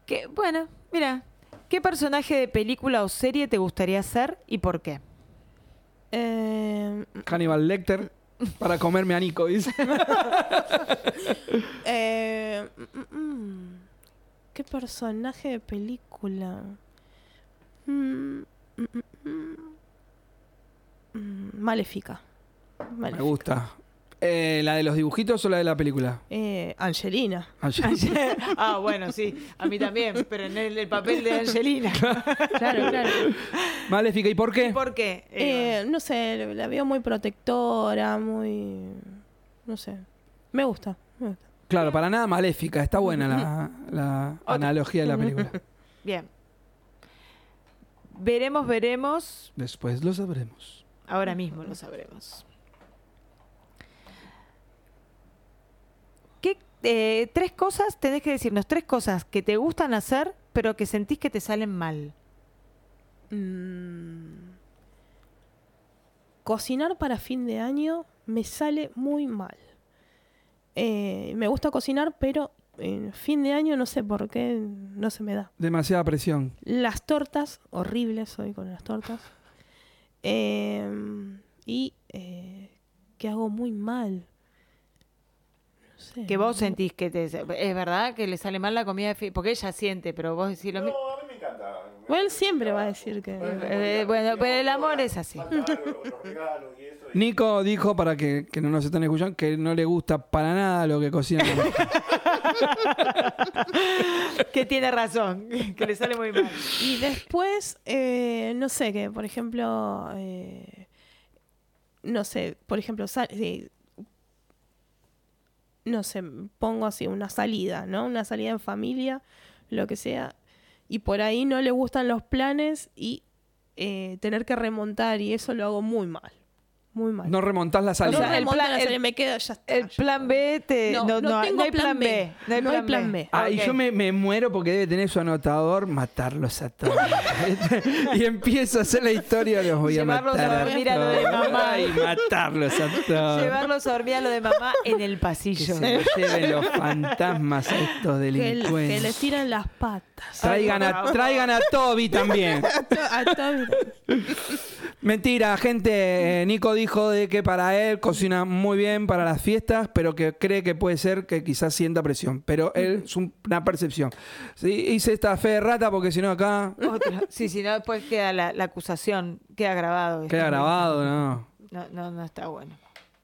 Speaker 2: Que, bueno, mira, ¿qué personaje de película o serie te gustaría ser y por qué?
Speaker 4: Eh,
Speaker 1: Hannibal Lecter para comerme a Nico, dice.
Speaker 4: eh, mm, mm, mm. ¿Qué personaje de película? Mm, mm, mm, mm. Mm, Maléfica.
Speaker 1: Me
Speaker 4: Maléfica.
Speaker 1: gusta. Eh, ¿La de los dibujitos o la de la película?
Speaker 4: Eh, Angelina.
Speaker 1: Ayer.
Speaker 2: ah, bueno, sí, a mí también, pero en el, el papel de Angelina.
Speaker 4: Claro, claro.
Speaker 1: Maléfica, ¿y por qué?
Speaker 2: ¿Por qué? Eh,
Speaker 4: Eh, no sé, la veo muy protectora, muy. No sé. Me gusta, me gusta.
Speaker 1: Claro, para nada maléfica. Está buena la, la analogía de la película.
Speaker 2: bien. Veremos, veremos.
Speaker 1: Después lo sabremos.
Speaker 2: Ahora mismo lo sabremos. ¿Qué, eh, tres cosas, tenés que decirnos tres cosas que te gustan hacer, pero que sentís que te salen mal.
Speaker 4: Mm. Cocinar para fin de año me sale muy mal. Eh, me gusta cocinar, pero en fin de año no sé por qué no se me da.
Speaker 1: Demasiada presión.
Speaker 4: Las tortas, horribles soy con las tortas. Eh, y eh, que hago muy mal. No sé.
Speaker 2: Que vos sentís que te... Es verdad que le sale mal la comida de fi- Porque ella siente, pero vos decís lo mismo.
Speaker 5: No, a mí me encanta. Me-
Speaker 4: Bueno, él siempre va a decir que.
Speaker 2: Eh, bueno, pero el amor es así.
Speaker 5: Falta algo, los regalos y eso, y-
Speaker 1: Nico dijo, para que, que no nos están escuchando, que no le gusta para nada lo que cocina.
Speaker 2: que tiene razón, que le sale muy mal.
Speaker 4: Y después, eh, no sé, que por ejemplo, eh, no sé, por ejemplo, sal- sí, no sé, pongo así una salida, ¿no? Una salida en familia, lo que sea, y por ahí no le gustan los planes y eh, tener que remontar y eso lo hago muy mal, muy mal.
Speaker 1: no remontás la
Speaker 4: No
Speaker 1: salida.
Speaker 2: o sea, el
Speaker 4: remonto la
Speaker 2: plan- el-
Speaker 4: salida, me quedo ya está,
Speaker 2: El
Speaker 4: ya
Speaker 2: plan
Speaker 4: está.
Speaker 2: B te... No,
Speaker 4: No,
Speaker 2: no,
Speaker 4: no
Speaker 2: no,
Speaker 4: tengo
Speaker 2: hay plan
Speaker 4: plan
Speaker 2: B.
Speaker 4: B.
Speaker 2: No hay
Speaker 4: No hay
Speaker 2: plan,
Speaker 4: plan
Speaker 2: B.
Speaker 4: B.
Speaker 1: Ah, y
Speaker 2: Ok.
Speaker 1: yo me, me muero porque debe tener su anotador, matarlos a todos. y empiezo a hacer la historia, los voy a
Speaker 2: Llevarlos
Speaker 1: matar.
Speaker 2: a dormir a lo de
Speaker 1: todos.
Speaker 2: mamá.
Speaker 1: Ay, matarlos a todos.
Speaker 2: Llevarlos a dormir a lo de mamá en el
Speaker 1: Que
Speaker 2: pasillo.
Speaker 1: se los lleven los fantasmas a estos
Speaker 4: que, le- que le
Speaker 1: delincuentes.
Speaker 4: tiran las patas.
Speaker 1: Traigan
Speaker 2: Ay, por
Speaker 1: a,
Speaker 2: favor.
Speaker 1: traigan a Toby también.
Speaker 4: A to- a to-
Speaker 1: Mentira, gente. Eh, Nico dijo de que para él cocina muy bien para las fiestas, pero que cree que puede ser que quizás sienta presión. Pero él es un- una percepción. Sí, hice esta fe de rata porque si no acá
Speaker 2: Otro. Sí, si no, después queda la, la acusación, queda grabado. Este,
Speaker 1: queda grabado, ¿no?
Speaker 2: No, no, no está bueno.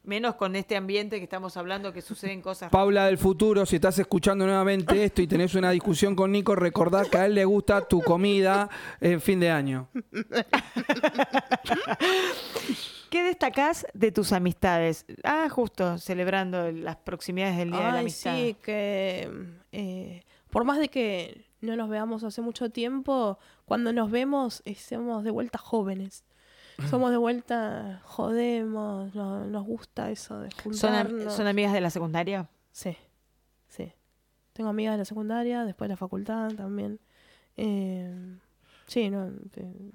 Speaker 2: Menos con este ambiente que estamos hablando que suceden cosas.
Speaker 1: Paula del futuro, si estás escuchando nuevamente esto y tenés una discusión con Nico, recordá que a él le gusta tu comida en fin de año.
Speaker 2: ¿Qué destacás de tus amistades? Ah, justo, celebrando el- las proximidades del Día de la
Speaker 4: Ay,
Speaker 2: Amistad.
Speaker 4: sí, que eh, por más de que no nos veamos hace mucho tiempo, cuando nos vemos eh, somos de vuelta jóvenes. Somos de vuelta, jodemos, no- nos gusta eso de
Speaker 2: ¿Son, am-
Speaker 4: juntarnos.
Speaker 2: son amigas de la secundaria?
Speaker 4: Sí, sí. Tengo amigas de la secundaria, después de la facultad también. Eh, sí, no, eh,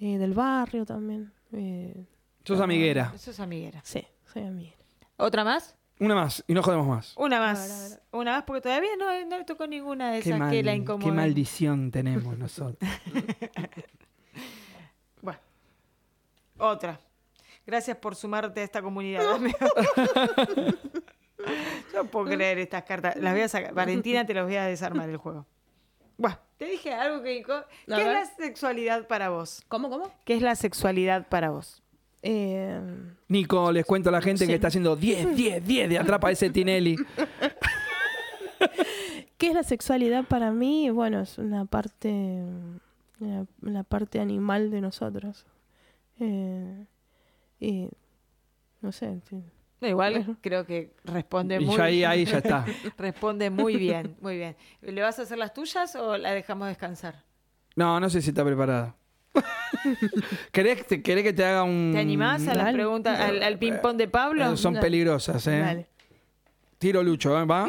Speaker 4: eh, del barrio también. Eh,
Speaker 1: Sos amiguera.
Speaker 2: Eso es amiguera.
Speaker 4: sí, soy amiga.
Speaker 2: ¿Otra más?
Speaker 1: Una más y no jodemos más.
Speaker 2: Una
Speaker 4: A ver, a
Speaker 2: más. Una más porque todavía no, no le tocó ninguna de
Speaker 1: Qué,
Speaker 2: esas
Speaker 1: mal-
Speaker 2: que la
Speaker 1: qué
Speaker 2: incomoda.
Speaker 1: maldición tenemos nosotros.
Speaker 2: Bueno. Otra. Gracias por sumarte a esta comunidad. amigo. Yo no puedo creer estas cartas. Las voy a sacar. Valentina, te las voy a desarmar el juego. Bueno, te dije algo que... inco- ¿Qué es
Speaker 4: ver.
Speaker 2: la sexualidad para vos?
Speaker 4: ¿Cómo, cómo?
Speaker 2: ¿Qué es la sexualidad para vos?
Speaker 4: Eh,
Speaker 1: Nico, les cuento a la gente que está haciendo 10, 10, 10 de atrapa ese Tinelli.
Speaker 4: ¿Qué es la sexualidad para mí? Bueno, es una parte, una, una parte animal de nosotros. Eh, y no sé, sí.
Speaker 2: No, igual creo que responde
Speaker 1: Y
Speaker 2: muy
Speaker 1: ya ahí, ahí ya está.
Speaker 2: Responde muy bien, muy bien. ¿Le vas a hacer las tuyas o la dejamos descansar?
Speaker 1: No, no sé si está preparada. ¿Querés, te- querés que te haga un.
Speaker 2: ¿Te animás a las
Speaker 4: dale.
Speaker 2: preguntas, al, al ping-pong de
Speaker 1: Eh,
Speaker 2: Pablo?
Speaker 1: Son
Speaker 4: Dale.
Speaker 1: peligrosas, ¿eh?
Speaker 4: Dale.
Speaker 1: Tiro Lucho, ¿eh? ¿va?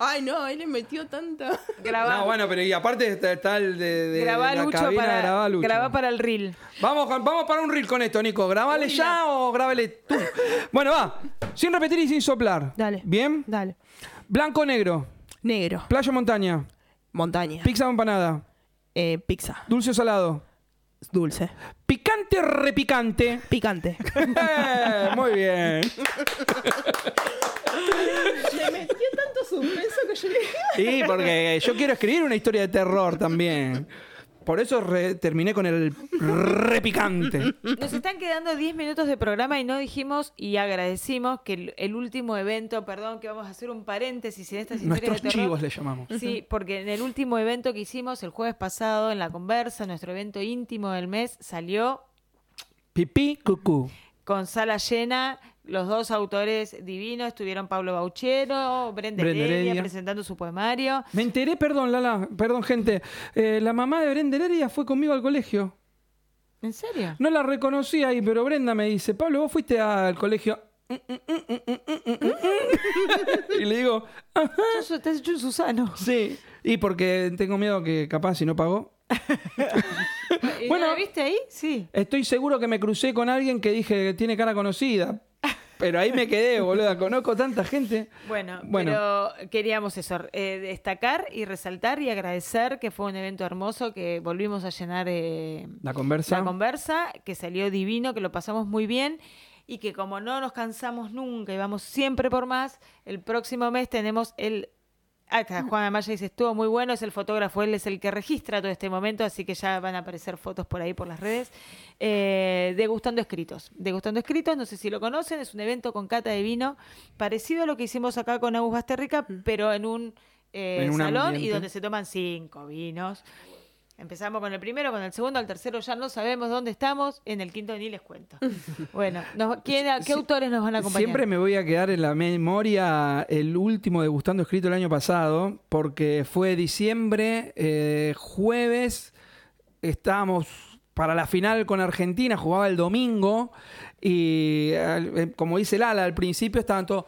Speaker 4: Ay, no, él le metió tanta.
Speaker 2: Grabá,
Speaker 1: no, bueno, pero y aparte está, está el de, de-
Speaker 2: grabá
Speaker 1: de la
Speaker 2: Lucho
Speaker 1: cabina,
Speaker 2: para,
Speaker 1: grabá Lucho.
Speaker 2: grabá para el reel.
Speaker 1: Vamos, con- vamos para un reel con esto, Nico. Grabale ya o grábale tú. Bueno, va. Sin repetir y sin soplar.
Speaker 4: Dale.
Speaker 1: ¿Bien?
Speaker 4: Dale.
Speaker 1: Blanco negro.
Speaker 4: Negro.
Speaker 1: Playa o montaña.
Speaker 4: Montaña.
Speaker 1: Pizza o empanada.
Speaker 4: eh, pizza.
Speaker 1: Dulce o salado.
Speaker 4: Dulce.
Speaker 1: Picante o repicante.
Speaker 4: Picante.
Speaker 1: Eh, Muy bien.
Speaker 4: Le metió tanto suspenso que yo le dije.
Speaker 1: Sí, porque yo quiero escribir una historia de terror también. Por eso re- terminé con el repicante.
Speaker 2: Nos están quedando 10 minutos de programa y no dijimos y agradecimos que el, el último evento, perdón, que vamos a hacer un paréntesis en estas historias
Speaker 1: Nuestros
Speaker 2: de terror.
Speaker 1: chivos le llamamos.
Speaker 2: Sí, porque en el último evento que hicimos el jueves pasado en la conversa, nuestro evento íntimo del mes salió
Speaker 1: Pipí, cucú.
Speaker 2: con sala llena. Los dos autores divinos estuvieron Pablo Bauchero, Brenda
Speaker 1: Brenda
Speaker 2: Heredia
Speaker 1: Heredia.
Speaker 2: presentando su poemario.
Speaker 1: Me enteré, perdón, Lala, perdón, gente. eh, la mamá de Brenda Heredia fue conmigo al colegio.
Speaker 2: ¿En serio?
Speaker 1: No la reconocí ahí, pero Brenda me dice, Pablo, vos fuiste al colegio. Mm, y le digo, "Ah,
Speaker 2: Sos- Estás hecho un Susano.
Speaker 1: sí. Y porque tengo miedo que capaz si no pagó.
Speaker 2: ¿Y
Speaker 1: Bueno.
Speaker 2: ¿No la viste ahí? Sí.
Speaker 1: Estoy seguro que me crucé con alguien que dije, tiene cara conocida. Pero ahí me quedé, boluda. Conozco tanta gente.
Speaker 2: Bueno,
Speaker 1: Bueno.
Speaker 2: pero queríamos eso, eh, destacar y resaltar y agradecer que fue un evento hermoso, que volvimos a llenar eh,
Speaker 1: La conversa.
Speaker 2: la conversa, que salió divino, que lo pasamos muy bien y que como no nos cansamos nunca y vamos siempre por más, el próximo mes tenemos el... Acá Juan Amaya dice, estuvo muy bueno, es el fotógrafo, él es el que registra todo este momento, así que ya van a aparecer fotos por ahí por las redes. Eh, degustando escritos. Degustando escritos, no sé si lo conocen, es un evento con cata de vino, parecido a lo que hicimos acá con Agus Basterrica, pero en un, eh,
Speaker 1: Mm. En un
Speaker 2: salón y
Speaker 1: ambiente.
Speaker 2: donde se toman cinco vinos. Empezamos con el primero, con el segundo, al tercero ya no sabemos dónde estamos, en el quinto ni les cuento. Bueno, nos- ¿quién- a-
Speaker 1: Sie-
Speaker 2: ¿qué autores nos van a acompañar?
Speaker 1: Siempre me voy a quedar en la memoria el último degustando escrito el año pasado, porque fue diciembre, eh, jueves, estábamos para la final con Argentina, jugaba el domingo, y al- eh, como dice Lala, al principio estaban todos.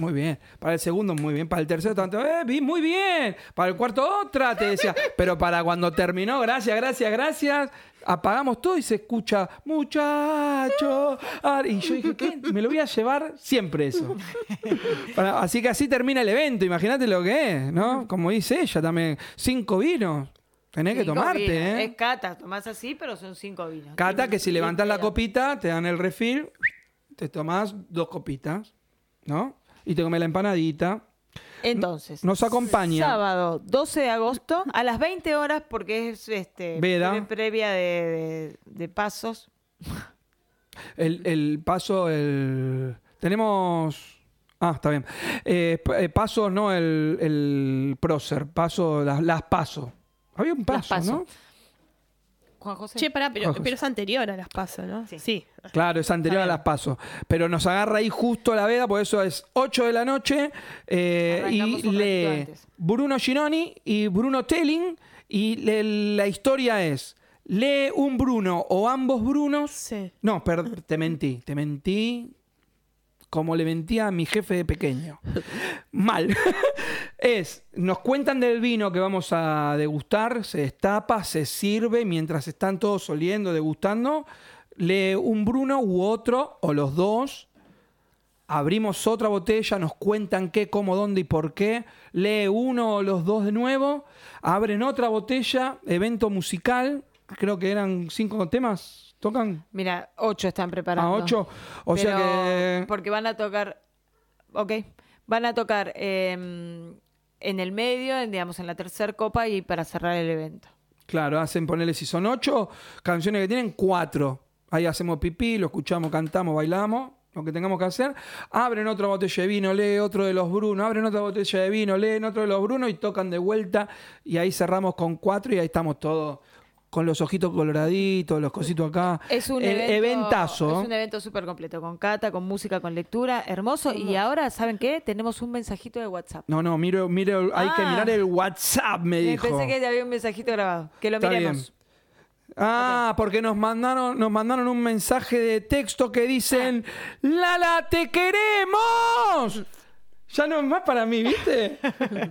Speaker 1: Muy bien. Para el segundo, muy bien. Para el tercero, tanto. ¡Eh, vi- muy bien! Para el cuarto, otra, te decía. Pero para cuando terminó, gracias, gracias, gracias. Apagamos todo y se escucha, muchacho. ar-". Y yo dije, ¿qué? Me lo voy a llevar siempre eso. Para- así que así termina el evento. Imagínate lo que es, ¿no? Como dice ella también. Cinco vinos. Tenés que
Speaker 2: Cinco
Speaker 1: tomarte,
Speaker 2: vinos.
Speaker 1: ¿eh?
Speaker 2: Es cata, tomás así, pero son cinco vinos.
Speaker 1: Cata, que si levantas la
Speaker 2: copia
Speaker 1: copita, te dan el refil, te tomás dos copitas, ¿no? Y te comes la empanadita.
Speaker 2: Entonces,
Speaker 1: Nos acompaña.
Speaker 2: Sábado 12 de agosto a las 20 horas, porque es este
Speaker 1: Veda.
Speaker 2: pre- previa de, de- de pasos.
Speaker 1: El, el paso, el. Tenemos. Ah, está bien. Eh, p- eh, pasos, no el, el prócer, paso, las, las paso. Había un
Speaker 2: Las
Speaker 1: paso, ¿no?
Speaker 2: Juan José.
Speaker 4: Che, pará, pero,
Speaker 1: Ojos.
Speaker 4: pero es anterior a las PASO, ¿no?
Speaker 2: Sí.
Speaker 1: Claro, es anterior a las pasos. Pero nos agarra ahí justo la veda, por eso es 8 de la noche. eh,
Speaker 2: Arrancamos
Speaker 1: y
Speaker 2: un ratito
Speaker 1: lee
Speaker 2: antes.
Speaker 1: Bruno Ginoni y Bruno Telling. Y le- la historia es: lee un Bruno o ambos Brunos.
Speaker 4: Sí.
Speaker 1: No, per- te mentí, te mentí como le mentía a mi jefe de pequeño. Mal. es, nos cuentan del vino que vamos a degustar, se destapa, se sirve, mientras están todos oliendo, degustando, lee un Bruno u otro, o los dos, abrimos otra botella, nos cuentan qué, cómo, dónde y por qué, lee uno o los dos de nuevo, abren otra botella, evento musical, creo que eran cinco temas, tocan
Speaker 2: Mira, 8 están preparando.
Speaker 1: a Ah, ocho, o sea
Speaker 2: Pero-
Speaker 1: que...
Speaker 2: Porque van a tocar. Ok. Van a tocar eh, en el medio, en, digamos, en la tercera copa y para cerrar el evento.
Speaker 1: Claro, hacen ponerle si son ocho canciones que tienen cuatro. Ahí hacemos pipí, lo escuchamos, cantamos, bailamos, lo que tengamos que hacer. Abren otra botella de vino, lee otro de los Brunos, abren otra botella de vino, leen otro de los Brunos y tocan de vuelta. Y ahí cerramos con cuatro y ahí estamos todos con los ojitos coloraditos, los cositos acá.
Speaker 2: Es un
Speaker 1: Eh,
Speaker 2: evento,
Speaker 1: eventazo.
Speaker 2: Es un e- evento súper completo, con cata, con música, con lectura, hermoso. Y ahora, ¿saben qué? Tenemos un mensajito de WhatsApp.
Speaker 1: No, no, miro, miro, hay que
Speaker 2: Ah.
Speaker 1: mirar el WhatsApp, me
Speaker 2: Me
Speaker 1: dijo.
Speaker 2: Pensé que había un mensajito grabado. Que lo
Speaker 1: Está
Speaker 2: miremos.
Speaker 1: bien. Ah, porque nos mandaron, nos mandaron un mensaje de texto que dicen
Speaker 2: Ah.
Speaker 1: Lala, te queremos. Ya no es más para mí, ¿viste?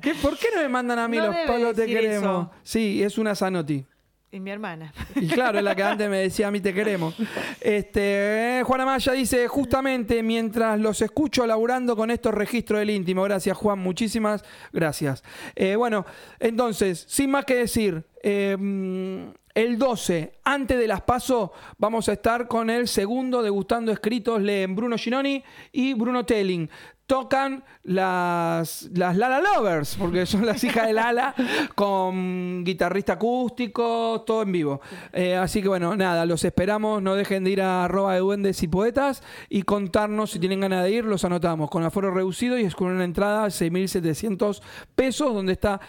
Speaker 1: ¿Qué- ¿Por qué no me mandan a mí
Speaker 2: No
Speaker 1: los
Speaker 2: debe
Speaker 1: palos te
Speaker 2: decir
Speaker 1: queremos?
Speaker 2: eso.
Speaker 1: Sí, es una Zanoti.
Speaker 2: Y mi hermana.
Speaker 1: Y claro, es la que antes me decía a mí te queremos. Este, eh, Juana Maya dice, justamente mientras los escucho laburando con estos registros del íntimo. Gracias, Juan, muchísimas gracias. Eh, bueno, entonces, sin más que decir, eh, mm, El 12, antes de las PASO, vamos a estar con el segundo degustando escritos, leen Bruno Ginoni y Bruno Telling. Tocan las, las Lala Lovers, porque son las hijas de Lala, con guitarrista acústico, todo en vivo. Eh, así que bueno, nada, los esperamos. No dejen de ir a arroba de duendes y poetas y contarnos si tienen ganas de ir, los anotamos. Con aforo reducido y es con una entrada de 6.700 pesos, donde está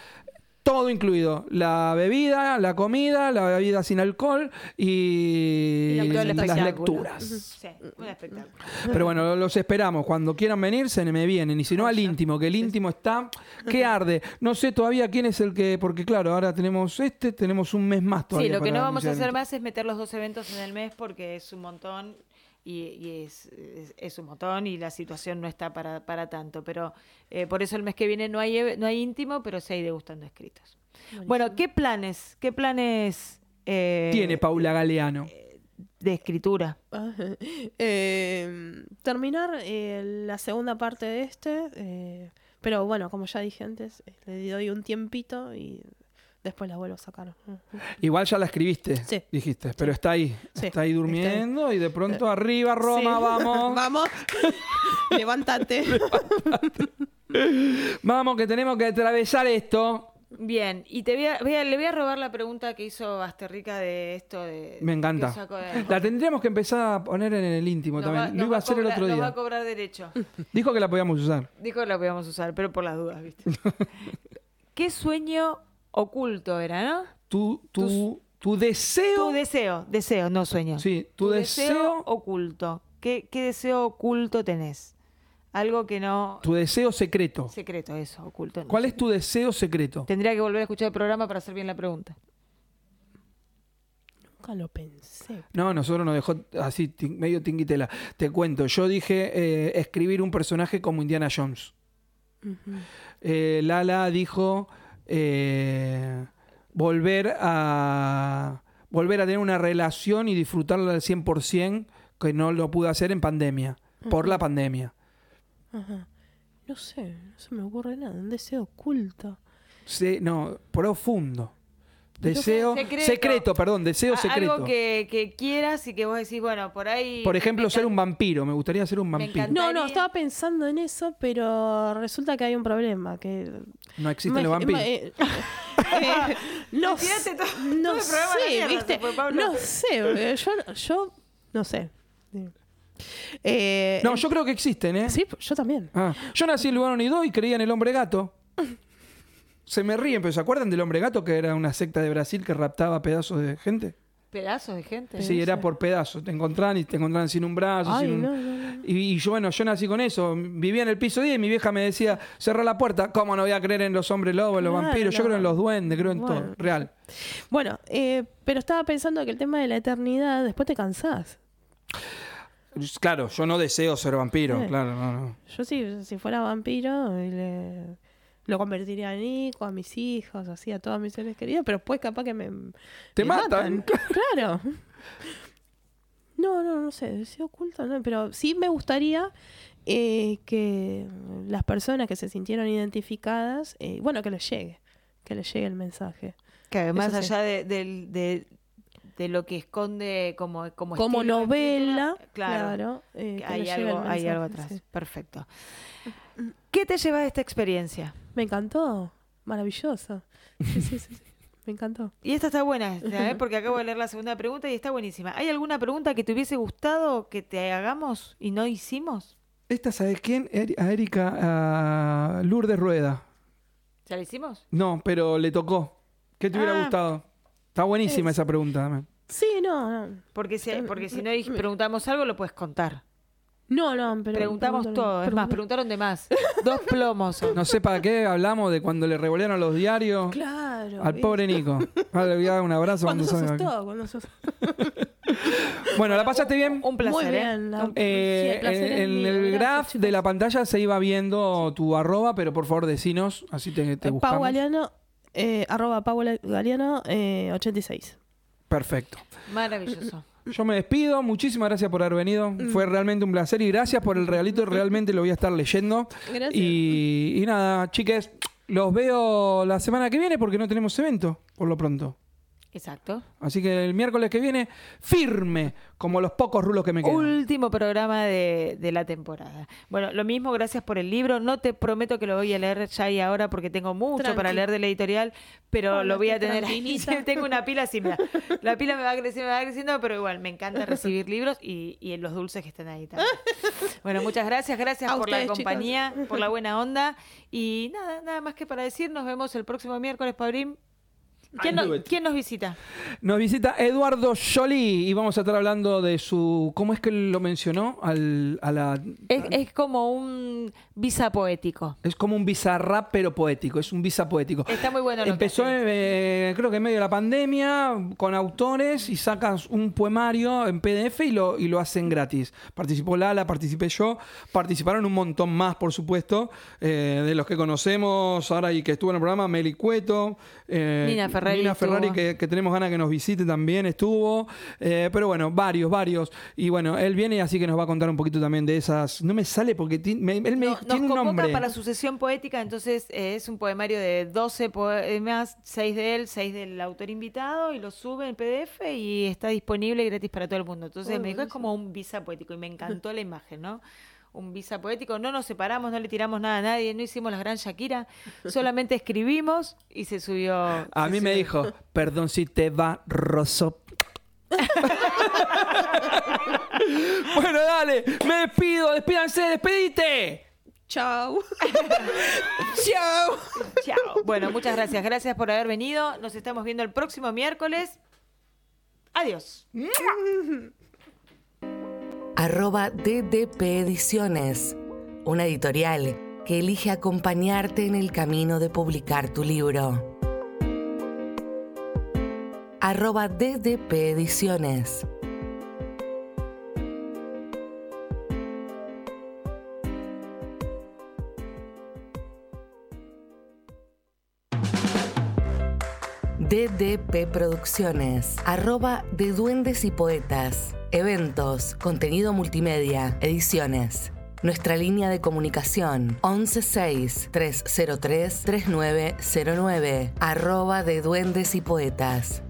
Speaker 1: todo incluido. La bebida, la comida, la bebida sin alcohol y,
Speaker 2: Y todo el
Speaker 1: las
Speaker 2: espectáculo.
Speaker 1: lecturas.
Speaker 2: Sí, un espectáculo.
Speaker 1: Pero bueno, los esperamos. Cuando quieran venir, se me vienen. Y si no, al íntimo, que el íntimo está que arde. No sé todavía quién es el que, porque claro, ahora tenemos este, tenemos un mes más
Speaker 2: Sí,
Speaker 1: todavía.
Speaker 2: lo que
Speaker 1: para
Speaker 2: no vamos a
Speaker 1: anunciar.
Speaker 2: hacer más es meter los dos eventos en el mes porque es un montón y, y es, es- es un montón y la situación no está para, para tanto. Pero eh, por eso el mes que viene no hay, eve- no hay íntimo, pero sí hay degustando escritos. Bueno, ¿qué planes? ¿Qué planes eh,
Speaker 1: Tiene Paula Galeano.
Speaker 2: de escritura?
Speaker 4: Ajá. Eh, terminar eh, la segunda parte de este, eh, pero bueno, como ya dije antes, eh, le doy un tiempito y después la vuelvo a sacar.
Speaker 1: Igual ya la escribiste,
Speaker 4: Sí.
Speaker 1: dijiste, pero está ahí.
Speaker 4: Sí,
Speaker 1: Está ahí
Speaker 4: está
Speaker 1: durmiendo y de pronto
Speaker 2: Eh,
Speaker 1: arriba, Roma,
Speaker 4: Sí.
Speaker 1: vamos.
Speaker 4: vamos, levántate.
Speaker 1: Vamos, que tenemos que atravesar esto.
Speaker 2: Bien, y te voy a- voy a- le voy a robar la pregunta que hizo Asterrica de esto de...
Speaker 1: Me encanta.
Speaker 2: que saco de-
Speaker 1: La tendríamos que empezar a poner en el íntimo
Speaker 2: Nos va-
Speaker 1: también.
Speaker 2: nos
Speaker 1: Lo iba
Speaker 2: va
Speaker 1: a hacer el
Speaker 2: cobrar-
Speaker 1: otro
Speaker 2: nos va
Speaker 1: día.
Speaker 2: a cobrar derecho.
Speaker 1: Dijo que la podíamos usar.
Speaker 2: Dijo que la podíamos usar, pero por las dudas, ¿viste? ¿Qué sueño oculto era, no?
Speaker 1: Tu, tu, tu deseo.
Speaker 2: Tu deseo, deseo, no sueño.
Speaker 1: sí, tu, deseo.
Speaker 2: oculto. ¿Qué, qué deseo oculto tenés? Algo que no...
Speaker 1: Tu deseo secreto.
Speaker 2: Secreto, eso, oculto. no
Speaker 1: ¿Cuál
Speaker 2: sé.
Speaker 1: es tu deseo secreto?
Speaker 2: Tendría que volver a escuchar el programa para hacer bien la pregunta.
Speaker 4: Nunca lo pensé.
Speaker 1: No, nosotros nos dejó así, ti- medio tinguitela. Te cuento, yo dije eh, escribir un personaje como Indiana Jones. Eh, Lala dijo eh, volver a volver a tener una relación y disfrutarla al 100%, que no lo pude hacer en pandemia, por la pandemia.
Speaker 4: Ajá. No sé, no se me ocurre nada. Un deseo oculto.
Speaker 1: Se- no, profundo. Deseo secreto,
Speaker 2: Secreto.
Speaker 1: perdón, deseo
Speaker 2: A-
Speaker 1: secreto.
Speaker 2: Ah, Algo que, que quieras y que vos decís, bueno, por ahí...
Speaker 1: Por ejemplo,
Speaker 2: me
Speaker 1: ser un
Speaker 2: encanta-
Speaker 1: vampiro, me gustaría ser un vampiro.
Speaker 2: encanta.
Speaker 4: No, no,
Speaker 2: Daría-
Speaker 4: estaba pensando en eso, pero resulta que hay un problema. que
Speaker 1: No existen los
Speaker 4: Ma-
Speaker 1: vampiros.
Speaker 4: ma- eh, eh, no
Speaker 2: Me tiraste
Speaker 4: s-
Speaker 2: todo-
Speaker 4: no
Speaker 2: todo el programa a la
Speaker 4: sé,
Speaker 2: mierda,
Speaker 4: ¿viste?
Speaker 2: se fue, Pablo.
Speaker 4: no sé, eh, yo, yo no sé. Eh, em-
Speaker 1: No, yo creo que existen, ¿eh?
Speaker 4: Sí, yo también.
Speaker 1: Ah, Yo nací en lugar unido y creía en el hombre gato. Se me ríen, pero ¿se acuerdan del hombre gato que era una secta de Brasil que raptaba pedazos de gente?
Speaker 2: Pedazos de gente.
Speaker 1: Sí, era por pedazos. Te encontraban y te encontraban sin un brazo,
Speaker 4: Ay,
Speaker 1: sin un-
Speaker 4: no, no,
Speaker 1: Y, y yo, bueno, yo nací con eso. Vivía en el piso 10 y mi vieja me decía, cerra la puerta. ¿Cómo no voy a creer en los hombres lobos, en los
Speaker 4: Claro,
Speaker 1: vampiros? Yo
Speaker 4: no.
Speaker 1: creo en los duendes, creo en
Speaker 4: Bueno.
Speaker 1: todo. Real.
Speaker 4: Bueno, eh, pero estaba pensando que el tema de la eternidad, después te cansás.
Speaker 1: Claro, yo no deseo ser vampiro,
Speaker 4: Sí.
Speaker 1: claro, no, no.
Speaker 4: Yo si, si fuera vampiro, le- lo convertiría a Nico, a mis hijos, así, a todos mis seres queridos, pero después capaz que me...
Speaker 1: Te
Speaker 4: me
Speaker 1: matan.
Speaker 4: Claro. No, no, no sé, deseo oculto, no, pero sí me gustaría eh, que las personas que se sintieron identificadas, eh, bueno, que les llegue, que les llegue el mensaje.
Speaker 2: Que más
Speaker 4: Eso sí.
Speaker 2: allá de, del- de- de lo que esconde como, como,
Speaker 4: Como
Speaker 2: estilo de
Speaker 4: novela,
Speaker 2: escritura, claro,
Speaker 4: claro, eh, que
Speaker 2: hay,
Speaker 4: les llegue el
Speaker 2: algo, hay
Speaker 4: mensaje,
Speaker 2: algo atrás.
Speaker 4: sí.
Speaker 2: Perfecto. ¿Qué te lleva de esta experiencia?
Speaker 4: Me encantó, maravilloso. Sí, sí, sí, sí, me encantó.
Speaker 2: Y esta está buena, esta, ¿eh? porque acabo de leer la segunda pregunta y está buenísima. ¿Hay alguna pregunta que te hubiese gustado que te hagamos y no hicimos?
Speaker 1: Esta, ¿sabes quién? Eri- A Erika a Lourdes Rueda.
Speaker 2: ¿Ya la hicimos?
Speaker 1: No, pero le tocó. ¿Qué te hubiera
Speaker 2: Ah.
Speaker 1: gustado? Está buenísima esa pregunta. también.
Speaker 4: Sí, no, no.
Speaker 2: Porque si, porque si no dij- preguntamos algo, lo puedes contar.
Speaker 4: No, no, pero...
Speaker 2: preguntamos
Speaker 4: pregúntale,
Speaker 2: todo. Es más,
Speaker 4: pregúntale.
Speaker 2: preguntaron de más. Dos plomos. son.
Speaker 1: No sé para qué hablamos de cuando le revolearon los diarios
Speaker 4: Claro.
Speaker 1: al
Speaker 4: ¿viste?
Speaker 1: pobre Nico. Ahora le voy a dar un abrazo
Speaker 4: Cuando
Speaker 1: cuando
Speaker 4: se
Speaker 1: salga.
Speaker 4: asustó, cuando se asustó.
Speaker 1: Bueno, ¿la pasaste bien?
Speaker 2: Un placer.
Speaker 4: Muy
Speaker 2: ¿eh?
Speaker 4: bien, la-
Speaker 1: Eh,
Speaker 4: Oh, sí, el placer es
Speaker 1: en, en
Speaker 4: mío.
Speaker 1: el
Speaker 4: Gracias,
Speaker 1: graph
Speaker 4: chicos.
Speaker 1: de la pantalla se iba viendo tu arroba, pero por favor decinos, así te, te
Speaker 4: Eh, Pau
Speaker 1: buscamos.
Speaker 4: Galeano, eh, arroba Pau Galeano eh, 86.
Speaker 1: Perfecto.
Speaker 2: Maravilloso.
Speaker 1: Yo me despido, muchísimas gracias por haber venido.
Speaker 4: Mm.
Speaker 1: Fue realmente un placer y gracias por el regalito, realmente lo voy a estar leyendo.
Speaker 4: Gracias.
Speaker 1: Y, y nada, chiques, los veo la semana que viene porque no tenemos evento, por lo pronto.
Speaker 2: Exacto.
Speaker 1: Así que el miércoles que viene, firme, como los pocos rulos que me quedan.
Speaker 2: Último programa de, de la temporada. Bueno, lo mismo, gracias por el libro. No te prometo que lo voy a leer ya y ahora porque tengo mucho
Speaker 4: Tranqui.
Speaker 2: para leer de la editorial, pero
Speaker 4: Bueno,
Speaker 2: lo voy a
Speaker 4: esté
Speaker 2: tener ahí.
Speaker 4: tranquilita.
Speaker 2: tengo una pila así, mira. La pila me va creciendo, me va creciendo, pero igual, me encanta recibir libros y, y los dulces que están ahí también. Bueno, muchas gracias, gracias
Speaker 4: A
Speaker 2: por la
Speaker 4: ustedes, chicos.
Speaker 2: compañía, por la buena onda. Y nada, nada más que para decir, nos vemos el próximo miércoles, Pabrín. ¿Quién,
Speaker 1: I
Speaker 2: no-
Speaker 1: knew it.
Speaker 2: ¿Quién nos visita?
Speaker 1: Nos visita Eduardo Jolie y vamos a estar hablando de su. ¿Cómo es que lo mencionó? Al, a la,
Speaker 2: Es, es como un visa poético.
Speaker 1: es como un bizarrap, pero poético. Es un visa poético.
Speaker 2: Está muy bueno. lo que
Speaker 1: Empezó,
Speaker 2: hace.
Speaker 1: eh, creo que en medio de la pandemia, con autores y sacas un poemario en PDF y lo, y lo hacen gratis. Participó Lala, participé yo, participaron un montón más, por supuesto, eh, de los que conocemos ahora y que estuvo en el programa, Meli Cueto, eh,
Speaker 2: Nina Ferrari
Speaker 1: Nina Ferrari
Speaker 2: estuvo.
Speaker 1: que, que tenemos ganas que nos visite también, estuvo, eh, pero bueno, varios, varios. Y bueno, él viene así que nos va a contar un poquito también de esas... No me sale porque ti- me- él me
Speaker 2: No,
Speaker 1: dijo-
Speaker 2: nos
Speaker 1: tiene un
Speaker 2: convoca
Speaker 1: nombre.
Speaker 2: para su sesión poética, entonces eh, es un poemario de 12 poemas, 6 de él, 6 del autor invitado, y lo sube en PDF y está disponible y gratis para todo el mundo. Entonces
Speaker 4: Uy,
Speaker 2: me dijo, es
Speaker 4: buenísimo.
Speaker 2: como un visa poético, y me encantó la imagen, ¿no? Un visa poético, no nos separamos, no le tiramos nada a nadie, no hicimos la gran Shakira, solamente escribimos y se subió.
Speaker 1: A
Speaker 2: se
Speaker 1: mí me
Speaker 2: subió.
Speaker 1: dijo, perdón si te va roso. bueno, dale, me despido, despídanse, despedite.
Speaker 4: Chau. Chau.
Speaker 2: Chao. Bueno, muchas gracias, gracias por haber venido. Nos estamos viendo el próximo miércoles. Adiós.
Speaker 3: arroba DDP Ediciones, una editorial que elige acompañarte en el camino de publicar tu libro. arroba DDP Ediciones. DDP Producciones, arroba de Duendes y Poetas, eventos, contenido multimedia, ediciones. Nuestra línea de comunicación 116-303-3909, arroba de Duendes y Poetas.